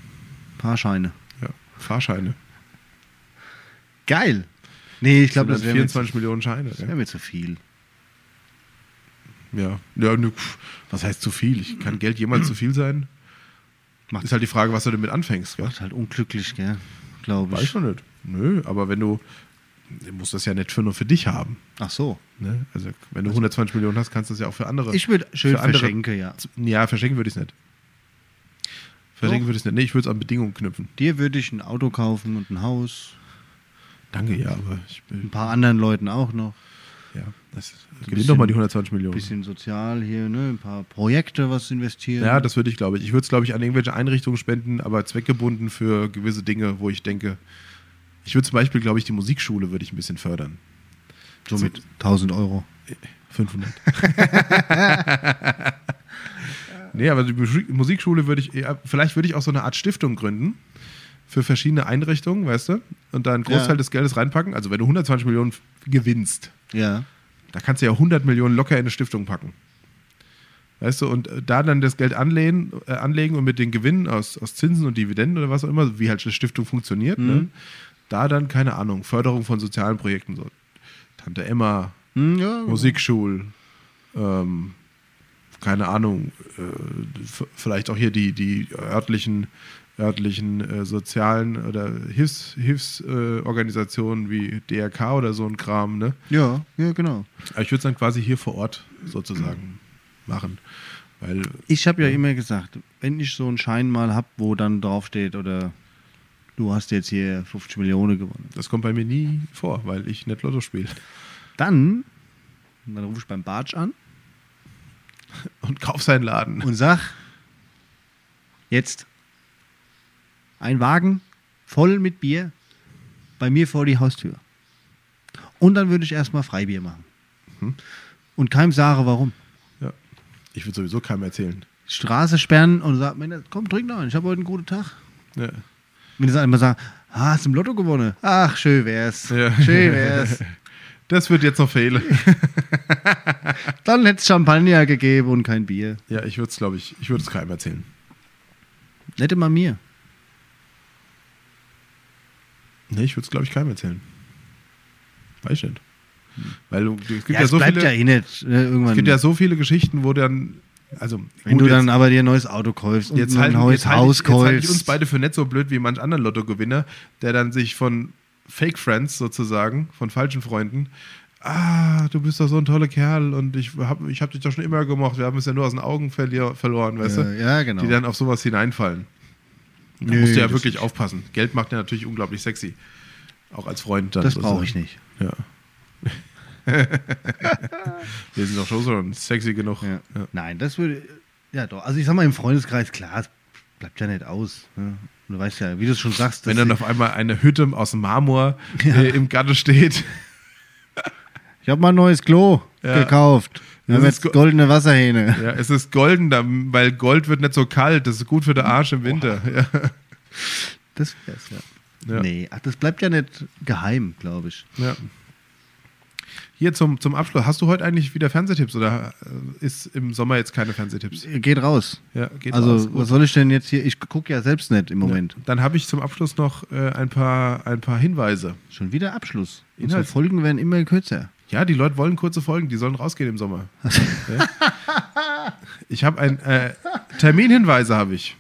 Speaker 1: Paar Scheine.
Speaker 2: ja, Fahrscheine.
Speaker 1: Geil. Nee, ich glaube,
Speaker 2: Sind
Speaker 1: das
Speaker 2: dann
Speaker 1: wäre mir, zu-
Speaker 2: 24 Millionen Scheine.
Speaker 1: das wär
Speaker 2: Gell?
Speaker 1: mir zu viel.
Speaker 2: Ja, ja nö, pff, was heißt zu viel? Ich, kann Geld jemals zu viel sein?
Speaker 1: Macht-
Speaker 2: ist halt die Frage, was du damit anfängst. Gell?
Speaker 1: Macht halt unglücklich, gell? Glaube
Speaker 2: Weiß
Speaker 1: ich.
Speaker 2: schon nicht. Nö, aber wenn du, du musst das ja nicht für nur für dich haben.
Speaker 1: Ach so.
Speaker 2: Ne? Also wenn du 120 Millionen hast, kannst du das ja auch für andere.
Speaker 1: Ich würde schön
Speaker 2: für andere-
Speaker 1: verschenke, ja.
Speaker 2: Ja, verschenken würde ich es nicht. Verschenken
Speaker 1: Doch.
Speaker 2: würde ich es nicht. Nee, ich würde es an Bedingungen knüpfen.
Speaker 1: Dir würde ich ein Auto kaufen und ein Haus.
Speaker 2: Danke, ja, aber ich will.
Speaker 1: Ein paar anderen Leuten auch noch.
Speaker 2: Ja, das gewinn
Speaker 1: bisschen-
Speaker 2: doch mal die 120 Millionen.
Speaker 1: Bisschen sozial hier, ne? Ein paar Projekte, was investieren.
Speaker 2: Ja, das würde ich, glaube ich. Ich würde es, glaube ich, an irgendwelche Einrichtungen spenden, aber zweckgebunden für gewisse Dinge, wo ich denke, ich würde zum Beispiel, glaube ich, die Musikschule würde ich ein bisschen fördern.
Speaker 1: so mit 1000 Euro.
Speaker 2: 500. nee, aber die Musik- Musikschule würde ich, eher- vielleicht würde ich auch so eine Art Stiftung gründen für verschiedene Einrichtungen, weißt du? Und da einen Großteil
Speaker 1: Ja.
Speaker 2: des Geldes reinpacken. Also wenn du 120 Millionen f- gewinnst,
Speaker 1: Ja.
Speaker 2: da kannst du ja 100 Millionen locker in eine Stiftung packen. Weißt du, und äh, da dann das Geld anlehnen, äh, anlegen und mit den Gewinnen aus, aus Zinsen und Dividenden oder was auch immer, wie halt eine Stiftung funktioniert, ne? da dann, keine Ahnung, Förderung von sozialen Projekten, so Tante Emma,
Speaker 1: Hm, ja.
Speaker 2: Musikschul, Mhm. ähm, keine Ahnung, äh, f- vielleicht auch hier die, die örtlichen, örtlichen äh, sozialen oder Hilfs, Hilfsorganisationen äh, Organisationen wie DRK oder so ein Kram. Ne?
Speaker 1: Ja, ja, genau.
Speaker 2: Aber ich würde es dann quasi hier vor Ort sozusagen machen. Weil,
Speaker 1: Ich habe ja immer gesagt, wenn ich so einen Schein mal habe, wo dann draufsteht oder du hast jetzt hier 50 Millionen gewonnen,
Speaker 2: das kommt bei mir nie vor, weil ich nicht Lotto spiele.
Speaker 1: dann, dann rufe ich beim Bartsch an
Speaker 2: Und kauf seinen Laden.
Speaker 1: und sag, jetzt ein Wagen voll mit Bier bei mir vor die Haustür. Und dann würde ich erstmal Freibier machen.
Speaker 2: Hm?
Speaker 1: Und keinem sage, warum.
Speaker 2: Ja. Ich würde sowieso keinem erzählen.
Speaker 1: Straße sperren und sagt, Männer, komm, trink noch einen, ich habe heute einen guten Tag.
Speaker 2: Ja.
Speaker 1: Wenn sie einmal sagen, ah, hast du im Lotto gewonnen? Ach, schön wär's.
Speaker 2: Ja.
Speaker 1: Schön wär's.
Speaker 2: Das wird jetzt noch fehlen.
Speaker 1: Dann hätte es Champagner gegeben und kein Bier.
Speaker 2: Ja, ich würde es, glaube ich, ich würde es keinem erzählen.
Speaker 1: Nicht immer mir.
Speaker 2: Nee, ich würde es, glaube ich, keinem erzählen. Weiß ich nicht. Weil du- es gibt ja,
Speaker 1: es
Speaker 2: so
Speaker 1: bleibt
Speaker 2: viele,
Speaker 1: ja eh nicht. Ne,
Speaker 2: es
Speaker 1: irgendwann.
Speaker 2: gibt ja so viele Geschichten, wo dann, also
Speaker 1: wenn du
Speaker 2: jetzt-
Speaker 1: dann aber dir ein neues Auto kaufst und
Speaker 2: jetzt
Speaker 1: ein
Speaker 2: halten,
Speaker 1: neues
Speaker 2: jetzt halte
Speaker 1: Haus
Speaker 2: ich, jetzt halte ich
Speaker 1: kaufst.
Speaker 2: uns beide für nicht so blöd wie manch anderen Lottogewinner, der dann sich von Fake Friends sozusagen, von falschen Freunden, ah, du bist doch so ein toller Kerl und ich habe ich hab dich doch schon immer gemocht, wir haben es ja nur aus den Augen verli- verloren, weißt du?
Speaker 1: Äh, ja, genau.
Speaker 2: Die dann auf sowas hineinfallen. Da
Speaker 1: Nö,
Speaker 2: musst du ja
Speaker 1: das
Speaker 2: wirklich
Speaker 1: nicht.
Speaker 2: aufpassen. Geld macht ja natürlich unglaublich sexy. Auch als Freund dann.
Speaker 1: das
Speaker 2: sozusagen.
Speaker 1: brauche ich nicht.
Speaker 2: Ja. Wir sind doch schon so sexy genug.
Speaker 1: Ja.
Speaker 2: Ja.
Speaker 1: Nein, das würde. Ja, doch. Also ich sag mal, im Freundeskreis, klar, es bleibt ja nicht aus. Ne? Und Du weißt ja, wie du es schon sagst,
Speaker 2: Wenn
Speaker 1: dass-
Speaker 2: dann auf einmal eine Hütte aus dem Marmor äh, im Gatte steht.
Speaker 1: ich habe mal ein neues Klo
Speaker 2: Ja.
Speaker 1: gekauft. Wir
Speaker 2: Das
Speaker 1: haben
Speaker 2: ist
Speaker 1: jetzt
Speaker 2: go-
Speaker 1: goldene Wasserhähne.
Speaker 2: Ja, es ist golden, da- weil Gold wird nicht so kalt. Das ist gut für den Arsch im Winter. Ja.
Speaker 1: Das wär's, ja.
Speaker 2: Ja.
Speaker 1: Nee, ach, das bleibt ja nicht geheim, glaube ich.
Speaker 2: Ja. Hier zum, zum Abschluss. Hast du heute eigentlich wieder Fernsehtipps oder äh, ist im Sommer jetzt keine Fernsehtipps?
Speaker 1: Geht raus.
Speaker 2: Ja, geht
Speaker 1: also,
Speaker 2: raus, gut.
Speaker 1: was soll ich denn jetzt hier? Ich gucke ja selbst nicht im Moment.
Speaker 2: Dann habe ich zum Abschluss noch äh, ein, paar, ein paar Hinweise.
Speaker 1: Schon wieder Abschluss. Unsere
Speaker 2: Inhalt.
Speaker 1: Folgen werden immer kürzer.
Speaker 2: Ja, die Leute wollen kurze Folgen, die sollen rausgehen im Sommer. ja. Ich habe ein äh, Terminhinweise habe ich.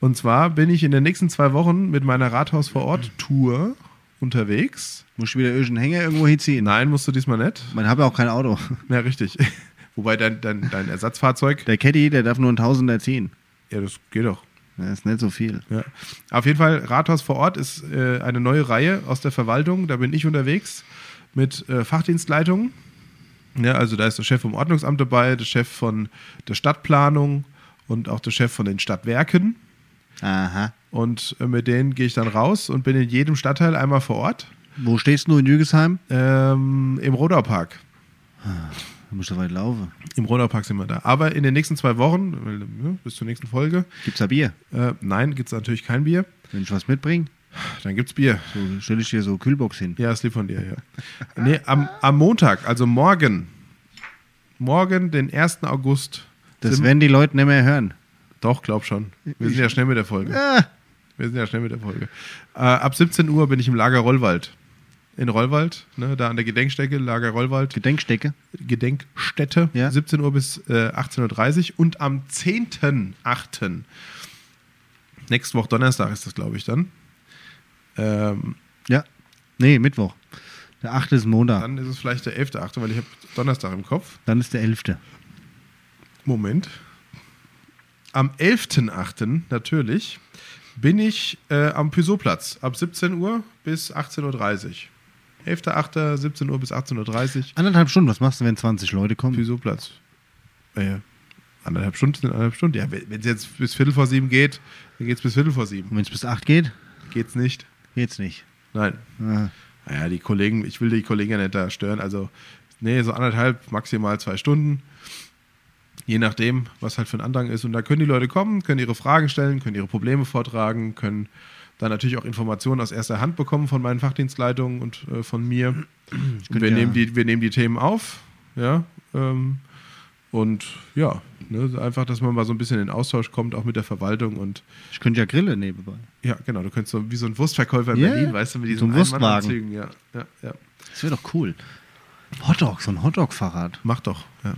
Speaker 2: Und zwar bin ich in den nächsten zwei Wochen mit meiner Rathaus vor Ort Tour unterwegs.
Speaker 1: Muss ich wieder irgendeinen Hänger irgendwo hinziehen?
Speaker 2: Nein, musst du diesmal nicht.
Speaker 1: Man hat ja auch kein Auto.
Speaker 2: Ja, richtig. Wobei dein, dein, dein Ersatzfahrzeug.
Speaker 1: Der Caddy, der darf nur einen Tausender ziehen.
Speaker 2: Ja, das geht doch.
Speaker 1: Das ist nicht so viel.
Speaker 2: Ja. Auf jeden Fall, Rathaus vor Ort ist äh, eine neue Reihe aus der Verwaltung. Da bin ich unterwegs mit äh, Fachdienstleitungen. Ja, also da ist der Chef vom Ordnungsamt dabei, der Chef von der Stadtplanung und auch der Chef von den Stadtwerken.
Speaker 1: Aha.
Speaker 2: Und äh, mit denen gehe ich dann raus und bin in jedem Stadtteil einmal vor Ort
Speaker 1: Wo stehst du in Jügesheim?
Speaker 2: ähm, im Rodaupark.
Speaker 1: Da musst du weit laufen.
Speaker 2: Im Rodaupark sind wir da. Aber in den nächsten zwei Wochen, weil, ja, bis zur nächsten Folge,
Speaker 1: Gibt's da Bier?
Speaker 2: äh, nein, gibt es natürlich kein Bier.
Speaker 1: Wenn ich was mitbringe,
Speaker 2: Dann gibt es Bier.
Speaker 1: so stelle ich dir so Kühlbox hin.
Speaker 2: Ja, es lieb von dir, ja. Nee, am, am Montag, also morgen, morgen, den 1. August.
Speaker 1: Das
Speaker 2: sind-
Speaker 1: werden die Leute nicht mehr hören.
Speaker 2: Doch, glaub schon. Wir sind ja schnell mit der Folge.
Speaker 1: Ah,
Speaker 2: Wir sind ja schnell mit der Folge. Äh, ab 17 Uhr bin ich im Lager Rollwald. In Rollwald, ne, da an der Gedenkstätte, Lager Rollwald,
Speaker 1: Gedenkstecke.
Speaker 2: Gedenkstätte,
Speaker 1: Ja.
Speaker 2: 17 Uhr bis äh, 18.30 Uhr. Und am 10.8., nächste Woche Donnerstag ist das, glaube ich, dann. Ähm,
Speaker 1: Ja. Nee, Mittwoch. Der 8. ist Montag.
Speaker 2: dann ist es vielleicht der 11.8., weil ich habe Donnerstag im Kopf.
Speaker 1: Dann ist der 11.
Speaker 2: Moment. Am 11.8. natürlich bin ich äh, am Pyso-Platz ab 17 Uhr bis 18.30 Uhr. 11.8. 17 Uhr bis 18.30 Uhr
Speaker 1: Anderthalb Stunden. Was machst du, wenn 20 Leute kommen?
Speaker 2: Pyso-Platz. Naja, anderthalb Stunden sind anderthalb Stunden. Ja, wenn es jetzt bis Viertel vor sieben geht, dann geht es bis Viertel vor sieben.
Speaker 1: Und wenn es bis 8 geht,
Speaker 2: Geht's nicht?
Speaker 1: geht's nicht.
Speaker 2: Nein.
Speaker 1: Ah,
Speaker 2: Naja, die Kollegen, ich will die Kollegen ja nicht da stören. Also, nee, so anderthalb, maximal zwei Stunden. Je nachdem, was halt für ein Andrang ist. Und da können die Leute kommen, können ihre Fragen stellen, können ihre Probleme vortragen, können dann natürlich auch Informationen aus erster Hand bekommen von meinen Fachdienstleitungen und äh, von mir. Und
Speaker 1: könnte
Speaker 2: wir,
Speaker 1: ja-
Speaker 2: nehmen die, wir nehmen die Themen auf. Ja, ähm, und ja, ne, so einfach, dass man mal so ein bisschen in Austausch kommt, auch mit der Verwaltung und
Speaker 1: Ich könnte ja grillen nebenbei.
Speaker 2: ja, genau, du könntest so wie so ein Wurstverkäufer in
Speaker 1: Ja,
Speaker 2: Berlin, weißt du, mit
Speaker 1: so
Speaker 2: diesen
Speaker 1: ein Wurstwagen.
Speaker 2: Einmannanzügen, ja, ja, ja.
Speaker 1: Das wäre doch cool. Hotdog, so ein Hotdog-Fahrrad.
Speaker 2: Mach doch. Ja.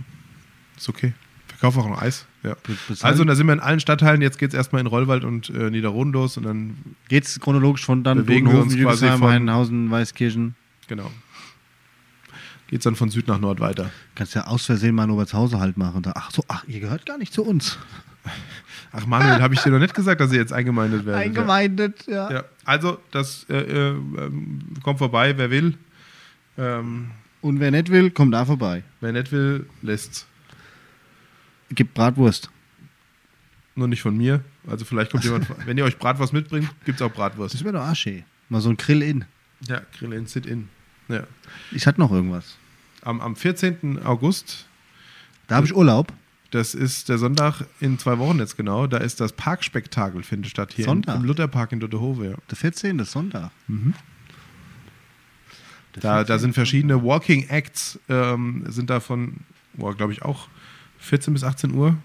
Speaker 2: Ist okay. Verkauf auch noch Eis. Ja.
Speaker 1: Be- bezahlen-
Speaker 2: Also, da sind wir in allen Stadtteilen. Jetzt geht es erstmal in Rollwald und äh, Niederroden los und dann,
Speaker 1: Geht's chronologisch von dann
Speaker 2: Bewegen wir uns quasi
Speaker 1: Jügesheim,
Speaker 2: von-
Speaker 1: Heidenhausen, Weißkirchen.
Speaker 2: genau. Geht es dann von Süd nach Nord weiter.
Speaker 1: Kannst ja aus Versehen mal nur Hause halt machen. Und da, ach so, ach, ihr gehört gar nicht zu uns.
Speaker 2: Ach, Manuel, habe ich dir noch nicht gesagt, dass ihr jetzt eingemeindet werdet.
Speaker 1: Eingemeindet, ja.
Speaker 2: Ja. Ja. Also, das äh, äh, ähm, kommt vorbei, wer will. Ähm,
Speaker 1: Und wer nicht will, kommt da vorbei.
Speaker 2: wer nicht will, lässt
Speaker 1: Gibt Bratwurst.
Speaker 2: Nur nicht von mir. Also, vielleicht kommt jemand. Wenn ihr euch Bratwurst mitbringt, gibt es auch Bratwurst.
Speaker 1: Das wäre doch Asche. Mal so ein Grill-In.
Speaker 2: Ja, Grill in, Sit in. Ja.
Speaker 1: Ich hatte noch irgendwas.
Speaker 2: Am, am 14. August
Speaker 1: Da habe ich Urlaub.
Speaker 2: Das ist der Sonntag in zwei Wochen jetzt genau. Da ist das Parkspektakel findet statt hier
Speaker 1: Sonntag?
Speaker 2: im Lutherpark in Dottehove. Ja.
Speaker 1: Der 14. ist Sonntag. Der
Speaker 2: Da,
Speaker 1: 14.
Speaker 2: da sind verschiedene Walking Acts, ähm, sind da von, glaube ich, auch 14 bis 18 Uhr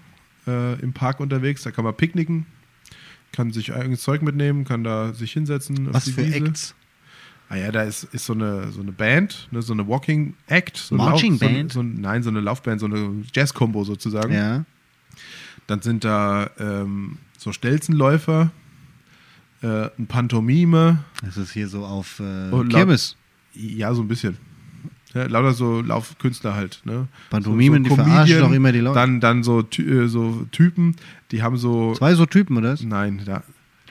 Speaker 2: äh, im Park unterwegs. Da kann man picknicken, kann sich eigenes Zeug mitnehmen, kann da sich hinsetzen. auf
Speaker 1: Was
Speaker 2: die
Speaker 1: für
Speaker 2: Wiese.
Speaker 1: Acts?
Speaker 2: Ah ja, da ist, ist so, eine, so eine Band, ne, so eine Walking Act. So eine
Speaker 1: Marching
Speaker 2: Lauf, so eine-
Speaker 1: Band?
Speaker 2: So, ein- nein, so eine Laufband, so eine Jazz-Kombo sozusagen.
Speaker 1: Ja.
Speaker 2: Dann sind da ähm, so Stelzenläufer, äh, ein Pantomime,
Speaker 1: Das ist hier so auf äh,
Speaker 2: Und laut-
Speaker 1: Kirmes.
Speaker 2: ja, so ein bisschen. Ja, lauter so Laufkünstler halt. Ne?
Speaker 1: Pantomimen, die verarschen doch immer die Leute.
Speaker 2: Dann, dann so, Ty äh, so Typen, die haben so.
Speaker 1: Zwei so Typen, oder? was?
Speaker 2: Nein, da.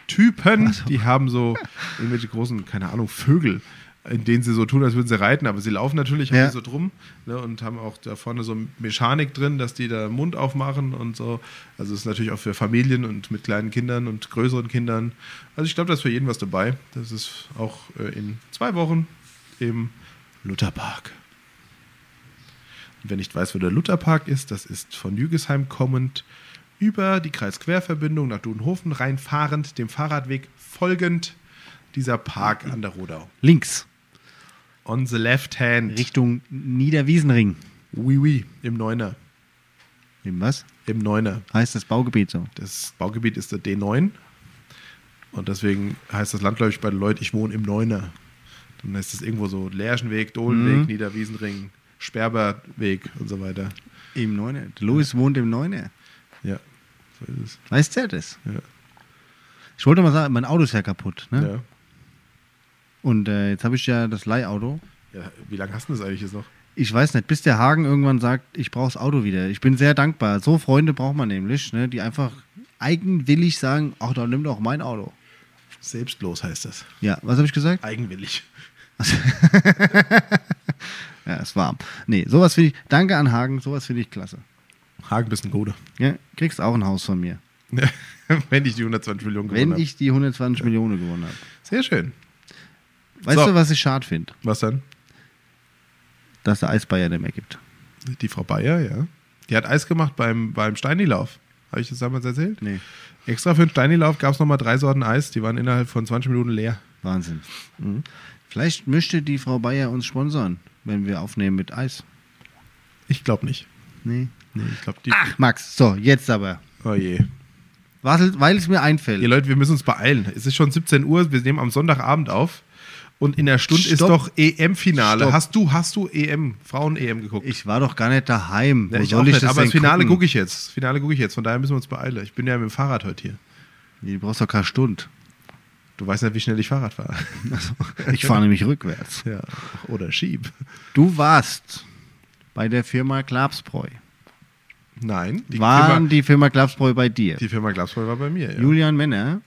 Speaker 2: Typen,
Speaker 1: so.
Speaker 2: die haben so irgendwelche großen, keine Ahnung, Vögel, in denen sie so tun, als würden sie reiten, aber sie laufen natürlich haben
Speaker 1: Ja.
Speaker 2: die so drum ne, und haben auch da vorne so Mechanik drin, dass die da den Mund aufmachen und so. Also ist natürlich auch für Familien und mit kleinen Kindern und größeren Kindern. Also ich glaube, da ist für jeden was dabei. Das ist auch äh, in zwei Wochen im Lutherpark. Und wer nicht weiß, wo der Lutherpark ist, das ist von Jügesheim kommend über die Kreisquerverbindung nach Dudenhofen reinfahrend, dem Fahrradweg folgend dieser Park an der Rodau.
Speaker 1: Links.
Speaker 2: On the left hand.
Speaker 1: Richtung Niederwiesenring.
Speaker 2: Oui, oui, im Neuner.
Speaker 1: Im was?
Speaker 2: Im Neuner.
Speaker 1: Heißt das Baugebiet so?
Speaker 2: Das Baugebiet ist der D9. Und deswegen heißt das landläufig bei den Leuten, ich wohne im Neuner. Dann heißt es irgendwo so Lerschenweg, Dohlenweg,
Speaker 1: Mhm.
Speaker 2: Niederwiesenring, Sperberweg und so weiter.
Speaker 1: Im Neuner. Der Louis wohnt im Neuner.
Speaker 2: Ja, so ist es.
Speaker 1: Weiß der das?
Speaker 2: Ja.
Speaker 1: Ich wollte mal sagen, mein Auto ist ja kaputt. Ne?
Speaker 2: Ja.
Speaker 1: Und äh, jetzt habe ich ja das Leihauto.
Speaker 2: Ja, wie lange hast du das eigentlich jetzt noch?
Speaker 1: Ich weiß nicht, bis der Hagen irgendwann sagt, ich brauche das Auto wieder. Ich bin sehr dankbar. So Freunde braucht man nämlich, ne? die einfach eigenwillig sagen, ach, dann nimm doch mein Auto.
Speaker 2: Selbstlos heißt das.
Speaker 1: Ja, was habe ich gesagt?
Speaker 2: Eigenwillig.
Speaker 1: Ja, ist warm. Nee, sowas finde ich, danke an Hagen, sowas finde ich klasse.
Speaker 2: Hagen bisschen Gode.
Speaker 1: Ja, kriegst auch ein Haus von mir,
Speaker 2: Wenn ich die 120 Millionen gewonnen
Speaker 1: wenn
Speaker 2: habe.
Speaker 1: ich die 120 Millionen gewonnen habe.
Speaker 2: Sehr schön.
Speaker 1: Weißt
Speaker 2: So.
Speaker 1: du, was ich schade finde?
Speaker 2: Was dann?
Speaker 1: Dass der Eisbayer nicht mehr gibt.
Speaker 2: Die Frau Bayer, ja. Die hat Eis gemacht beim, beim Steinilauf. Habe ich das damals erzählt?
Speaker 1: Nee,
Speaker 2: Extra für den Steinilauf gab es nochmal drei Sorten Eis. Die waren innerhalb von 20 Minuten leer.
Speaker 1: Wahnsinn. Mhm. Vielleicht möchte die Frau Bayer uns sponsern, wenn wir aufnehmen mit Eis.
Speaker 2: Ich glaube nicht.
Speaker 1: Nee.
Speaker 2: Nee, ich glaube, die.
Speaker 1: Ach, Max, so, jetzt aber.
Speaker 2: Oh je.
Speaker 1: Was- Weil es mir
Speaker 2: Ihr
Speaker 1: einfällt.
Speaker 2: Leute, wir müssen uns beeilen. Es ist schon 17 Uhr. Wir nehmen am Sonntagabend auf. Und in der Stunde ist
Speaker 1: Stopp.
Speaker 2: doch EM-Finale.
Speaker 1: Stopp.
Speaker 2: Hast du, hast du E EM, Frauen-EM geguckt?
Speaker 1: Ich war doch gar nicht daheim.
Speaker 2: Ja,
Speaker 1: Wo
Speaker 2: ich
Speaker 1: soll
Speaker 2: auch
Speaker 1: ich
Speaker 2: nicht,
Speaker 1: das
Speaker 2: aber
Speaker 1: denn
Speaker 2: das Finale
Speaker 1: gucken?
Speaker 2: gucke ich jetzt. Das Finale gucke ich jetzt. Von daher müssen wir uns beeilen. Ich bin ja mit dem Fahrrad heute hier.
Speaker 1: Nee, Du brauchst doch keine Stunde.
Speaker 2: Du weißt nicht, wie schnell ich Fahrrad fahre.
Speaker 1: Ich fahre nämlich rückwärts.
Speaker 2: ja. Oder Schieb.
Speaker 1: Du warst bei der Firma Glabsbräu.
Speaker 2: Nein. Die
Speaker 1: Waren
Speaker 2: Firma,
Speaker 1: die Firma Glabsbräu bei dir?
Speaker 2: die Firma Glasgow war bei mir. Ja.
Speaker 1: Julian Männer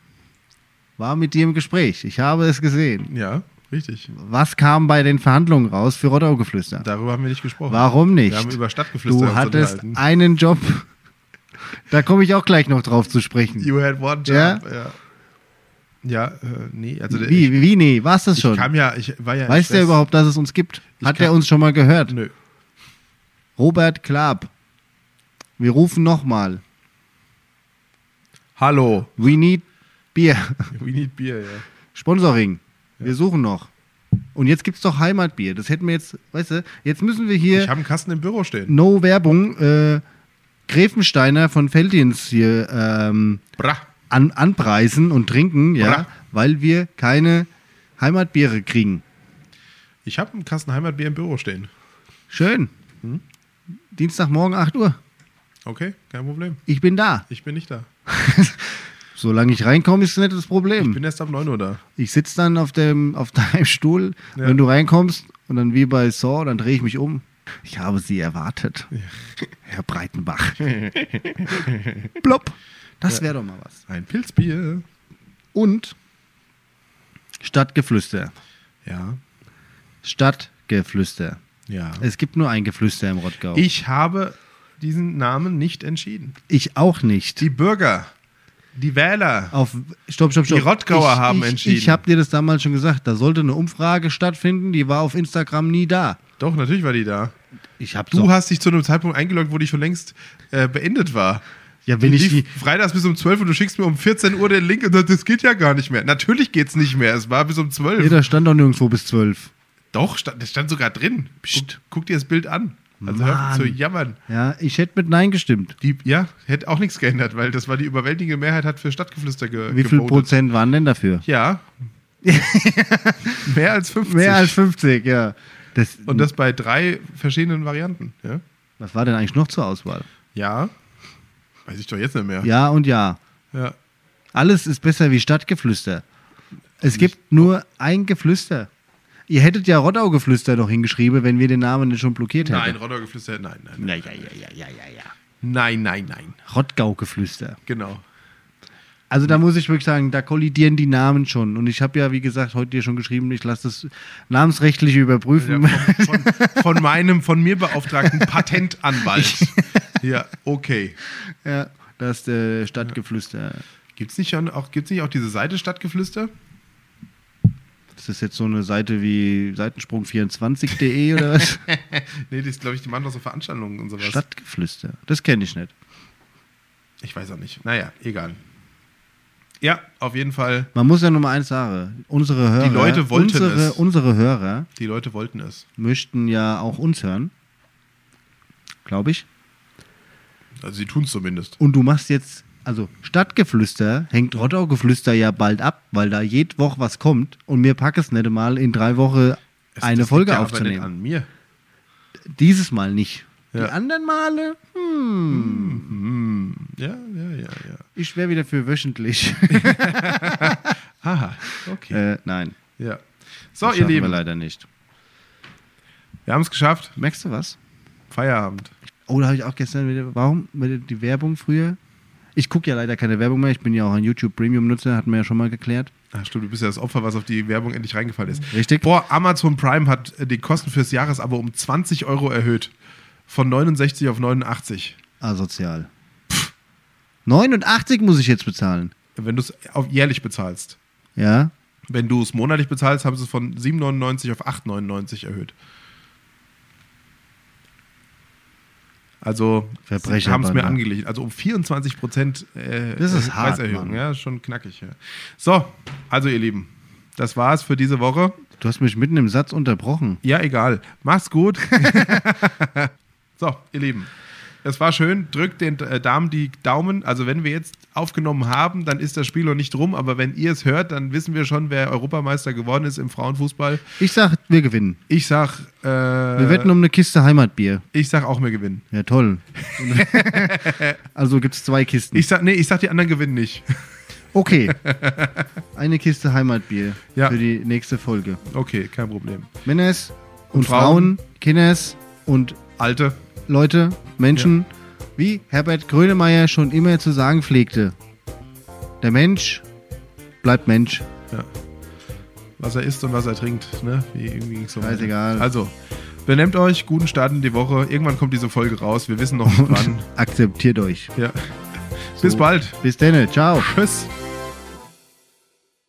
Speaker 1: war mit dir im Gespräch. Ich habe es gesehen.
Speaker 2: ja, richtig.
Speaker 1: Was kam bei den Verhandlungen raus für Rottau geflüstert?
Speaker 2: Darüber haben wir nicht gesprochen.
Speaker 1: Warum nicht?
Speaker 2: Wir haben über Stadtgeflüster
Speaker 1: du
Speaker 2: uns
Speaker 1: hattest
Speaker 2: unterhalten.
Speaker 1: einen Job. Da komme ich auch gleich noch drauf zu sprechen.
Speaker 2: You had one job.
Speaker 1: Ja?
Speaker 2: Ja, ja. äh, nee. Also der-
Speaker 1: Wie, wie, nee, war es das
Speaker 2: Ich,
Speaker 1: schon?
Speaker 2: ich kam ja, ich war ja. in
Speaker 1: Weiß der
Speaker 2: Stress.
Speaker 1: überhaupt, dass es uns gibt?
Speaker 2: Ich
Speaker 1: Hat
Speaker 2: kann-
Speaker 1: der uns schon mal gehört?
Speaker 2: Nö.
Speaker 1: Robert Klab. Wir rufen nochmal.
Speaker 2: Hallo.
Speaker 1: We need Bier.
Speaker 2: We need Bier, ja.
Speaker 1: Sponsoring. Wir suchen noch. Und jetzt gibt's doch Heimatbier. Das hätten wir jetzt, weißt du, jetzt müssen wir
Speaker 2: Ich
Speaker 1: hier
Speaker 2: habe einen Kasten im Büro stehen.
Speaker 1: No Werbung, äh, Gräfensteiner von Feldins hier ähm,
Speaker 2: Bra.
Speaker 1: an, anpreisen und trinken, ja,
Speaker 2: Oder?
Speaker 1: weil wir keine Heimatbiere kriegen.
Speaker 2: Ich habe einen Kasten Heimatbier im Büro stehen.
Speaker 1: Schön.
Speaker 2: Hm?
Speaker 1: Dienstagmorgen 8 Uhr.
Speaker 2: Okay, kein Problem.
Speaker 1: Ich bin da.
Speaker 2: Ich bin nicht da.
Speaker 1: Solange ich reinkomme, ist nicht das
Speaker 2: Ich
Speaker 1: Problem.
Speaker 2: bin erst ab 9 Uhr da.
Speaker 1: Ich sitze dann auf, dem, auf deinem Stuhl,
Speaker 2: Ja.
Speaker 1: wenn du reinkommst, und dann wie bei Saw, dann drehe ich mich um. Ich habe sie erwartet. Herr Breitenbach. Plopp. Das wäre doch mal was.
Speaker 2: Ein Pilzbier.
Speaker 1: Und Stadtgeflüster.
Speaker 2: Ja,
Speaker 1: Stadtgeflüster.
Speaker 2: ja.
Speaker 1: Es gibt nur ein Geflüster im Rottgau.
Speaker 2: Ich habe diesen Namen nicht entschieden.
Speaker 1: Ich auch nicht.
Speaker 2: Die Bürger, die Wähler.
Speaker 1: Auf, stopp, stopp, stopp.
Speaker 2: Die Rottgauer
Speaker 1: ich,
Speaker 2: haben
Speaker 1: ich,
Speaker 2: entschieden.
Speaker 1: Ich habe dir das damals schon gesagt. Da sollte eine Umfrage stattfinden, die war auf Instagram nie da.
Speaker 2: Doch, natürlich war die da.
Speaker 1: Ich habe
Speaker 2: Du
Speaker 1: so,
Speaker 2: hast dich zu einem Zeitpunkt eingeloggt, wo die schon längst äh, beendet war.
Speaker 1: Ja, wenn
Speaker 2: Die
Speaker 1: ich
Speaker 2: lief
Speaker 1: die-
Speaker 2: Freitags bis um 12 und du schickst mir um 14 Uhr den Link und sagst, das geht ja gar nicht mehr. Natürlich geht's nicht mehr. Es war bis um 12.
Speaker 1: nee, da stand doch nirgendwo bis zwölf.
Speaker 2: Doch, stand, das stand sogar drin. Guck,
Speaker 1: Psst.
Speaker 2: guck dir das Bild an. Also hör
Speaker 1: Mann.
Speaker 2: auf zu jammern.
Speaker 1: Ja, ich hätte mit Nein gestimmt.
Speaker 2: Die, ja, hätte auch nichts geändert, weil das war die überwältigende Mehrheit hat für Stadtgeflüster ge
Speaker 1: Wie viel
Speaker 2: gebotet.
Speaker 1: Prozent waren denn dafür?
Speaker 2: Ja. Mehr als 50.
Speaker 1: Mehr als 50, ja. Das,
Speaker 2: Und das bei drei verschiedenen Varianten. Ja.
Speaker 1: was war denn eigentlich noch zur Auswahl?
Speaker 2: ja. Weiß ich doch jetzt nicht mehr.
Speaker 1: Ja und ja.
Speaker 2: Ja.
Speaker 1: Alles ist besser wie Stadtgeflüster. Es gibt nur ein Geflüster. Ihr hättet ja Rottau-Geflüster noch hingeschrieben, wenn wir den Namen nicht schon blockiert
Speaker 2: Nein,
Speaker 1: hätten.
Speaker 2: Rottgau-Geflüster, nein, nein.
Speaker 1: Nein. Ja, ja, ja, ja, ja, ja.
Speaker 2: Nein, nein, nein.
Speaker 1: Rottgau-Geflüster.
Speaker 2: Genau.
Speaker 1: Also da muss ich wirklich sagen, da kollidieren die Namen schon. Und ich habe ja, wie gesagt, heute dir schon geschrieben, ich lasse das namensrechtlich
Speaker 2: Ja,
Speaker 1: überprüfen.
Speaker 2: von, von, von meinem, von mir beauftragten Patentanwalt. ja, okay.
Speaker 1: Ja, das äh, Stadtgeflüster.
Speaker 2: Gibt's nicht schon auch, gibt's nicht auch diese Seite Stadtgeflüster?
Speaker 1: Ist das jetzt so eine Seite wie Seitensprung24.de oder was?
Speaker 2: Nee, das glaube ich, die machen doch so Veranstaltungen und sowas.
Speaker 1: Stadtgeflüster. Das kenne ich nicht.
Speaker 2: Ich weiß auch nicht. Naja, egal. Ja, auf jeden Fall.
Speaker 1: Man muss ja nur mal eins sagen. Unsere Hörer,
Speaker 2: Leute wollten
Speaker 1: unsere,
Speaker 2: es.
Speaker 1: unsere Hörer
Speaker 2: Die Leute wollten es.
Speaker 1: möchten ja auch uns hören. Glaube ich.
Speaker 2: Also sie tun es zumindest.
Speaker 1: Und du machst jetzt, also Stadtgeflüster hängt Rottaugeflüster ja bald ab, weil da jede Woche was kommt und mir pack es nicht mal in drei Wochen
Speaker 2: Es-
Speaker 1: eine
Speaker 2: das
Speaker 1: Folge
Speaker 2: liegt ja aber nicht
Speaker 1: aufzunehmen.
Speaker 2: An mir.
Speaker 1: Dieses Mal nicht.
Speaker 2: Ja.
Speaker 1: Die anderen Male, hm,
Speaker 2: Ja, ja, ja, ja.
Speaker 1: ich wäre wieder für wöchentlich.
Speaker 2: Haha, okay.
Speaker 1: äh, nein,
Speaker 2: ja. So,
Speaker 1: das
Speaker 2: ihr
Speaker 1: schaffen wir
Speaker 2: Lieben, wir,
Speaker 1: leider nicht.
Speaker 2: haben es geschafft.
Speaker 1: Merkst du was?
Speaker 2: Feierabend.
Speaker 1: Oh, da habe ich auch gestern wieder, warum mit die Werbung früher? Ich gucke ja leider keine Werbung mehr, ich bin ja auch ein YouTube Premium Nutzer, hatten wir ja schon mal geklärt.
Speaker 2: Ach, stimmt, du bist ja das Opfer, was auf die Werbung endlich reingefallen ist.
Speaker 1: Richtig.
Speaker 2: Boah, Amazon Prime hat äh, die Kosten fürs Jahresabo um 20 Euro erhöht. Von 69 auf 89.
Speaker 1: Asozial. Pff. 89 muss ich jetzt bezahlen.
Speaker 2: Wenn du es auf- jährlich bezahlst.
Speaker 1: Ja,
Speaker 2: Wenn du es monatlich bezahlst, haben sie es von 7,99 auf 8,99 erhöht. Also
Speaker 1: Verbrecher,
Speaker 2: haben es mir
Speaker 1: Banda.
Speaker 2: angeglichen. Also um 24 Prozent äh,
Speaker 1: Das ist
Speaker 2: äh,
Speaker 1: hart,
Speaker 2: Preiserhöhung.
Speaker 1: Mann.
Speaker 2: Ja, schon knackig. Ja. So, also ihr Lieben, das war's für diese Woche.
Speaker 1: du hast mich mitten im Satz unterbrochen.
Speaker 2: Ja, egal. Macht's gut. so, ihr Lieben. Es war schön. Drückt den äh, Damen die Daumen. Also, wenn wir jetzt aufgenommen haben, dann ist das Spiel noch nicht rum. Aber wenn ihr es hört, dann wissen wir schon, wer Europameister geworden ist im Frauenfußball.
Speaker 1: Ich sag, wir gewinnen.
Speaker 2: Ich sag, äh,
Speaker 1: Wir wetten um eine Kiste Heimatbier.
Speaker 2: ich sag auch, wir gewinnen.
Speaker 1: Ja, toll. also gibt es zwei Kisten.
Speaker 2: Ich sag, nee, ich sag, die anderen gewinnen nicht.
Speaker 1: okay. Eine Kiste Heimatbier
Speaker 2: Ja.
Speaker 1: für die nächste Folge.
Speaker 2: Okay, kein Problem.
Speaker 1: Männers und,
Speaker 2: Frauen.
Speaker 1: Frauen, Kinders und
Speaker 2: Alte.
Speaker 1: Leute, Menschen, wie Herbert Grönemeyer schon immer zu sagen pflegte. Der Mensch bleibt Mensch.
Speaker 2: was er isst und was er trinkt. Ne? Wie irgendwie ging's so weiter.
Speaker 1: Scheißegal.
Speaker 2: Also, benehmt euch, guten Start in die Woche. Irgendwann kommt diese Folge raus. Wir wissen noch nicht wann.
Speaker 1: Akzeptiert euch.
Speaker 2: Ja. Bis bald.
Speaker 1: Bis dann. Ciao.
Speaker 2: Tschüss.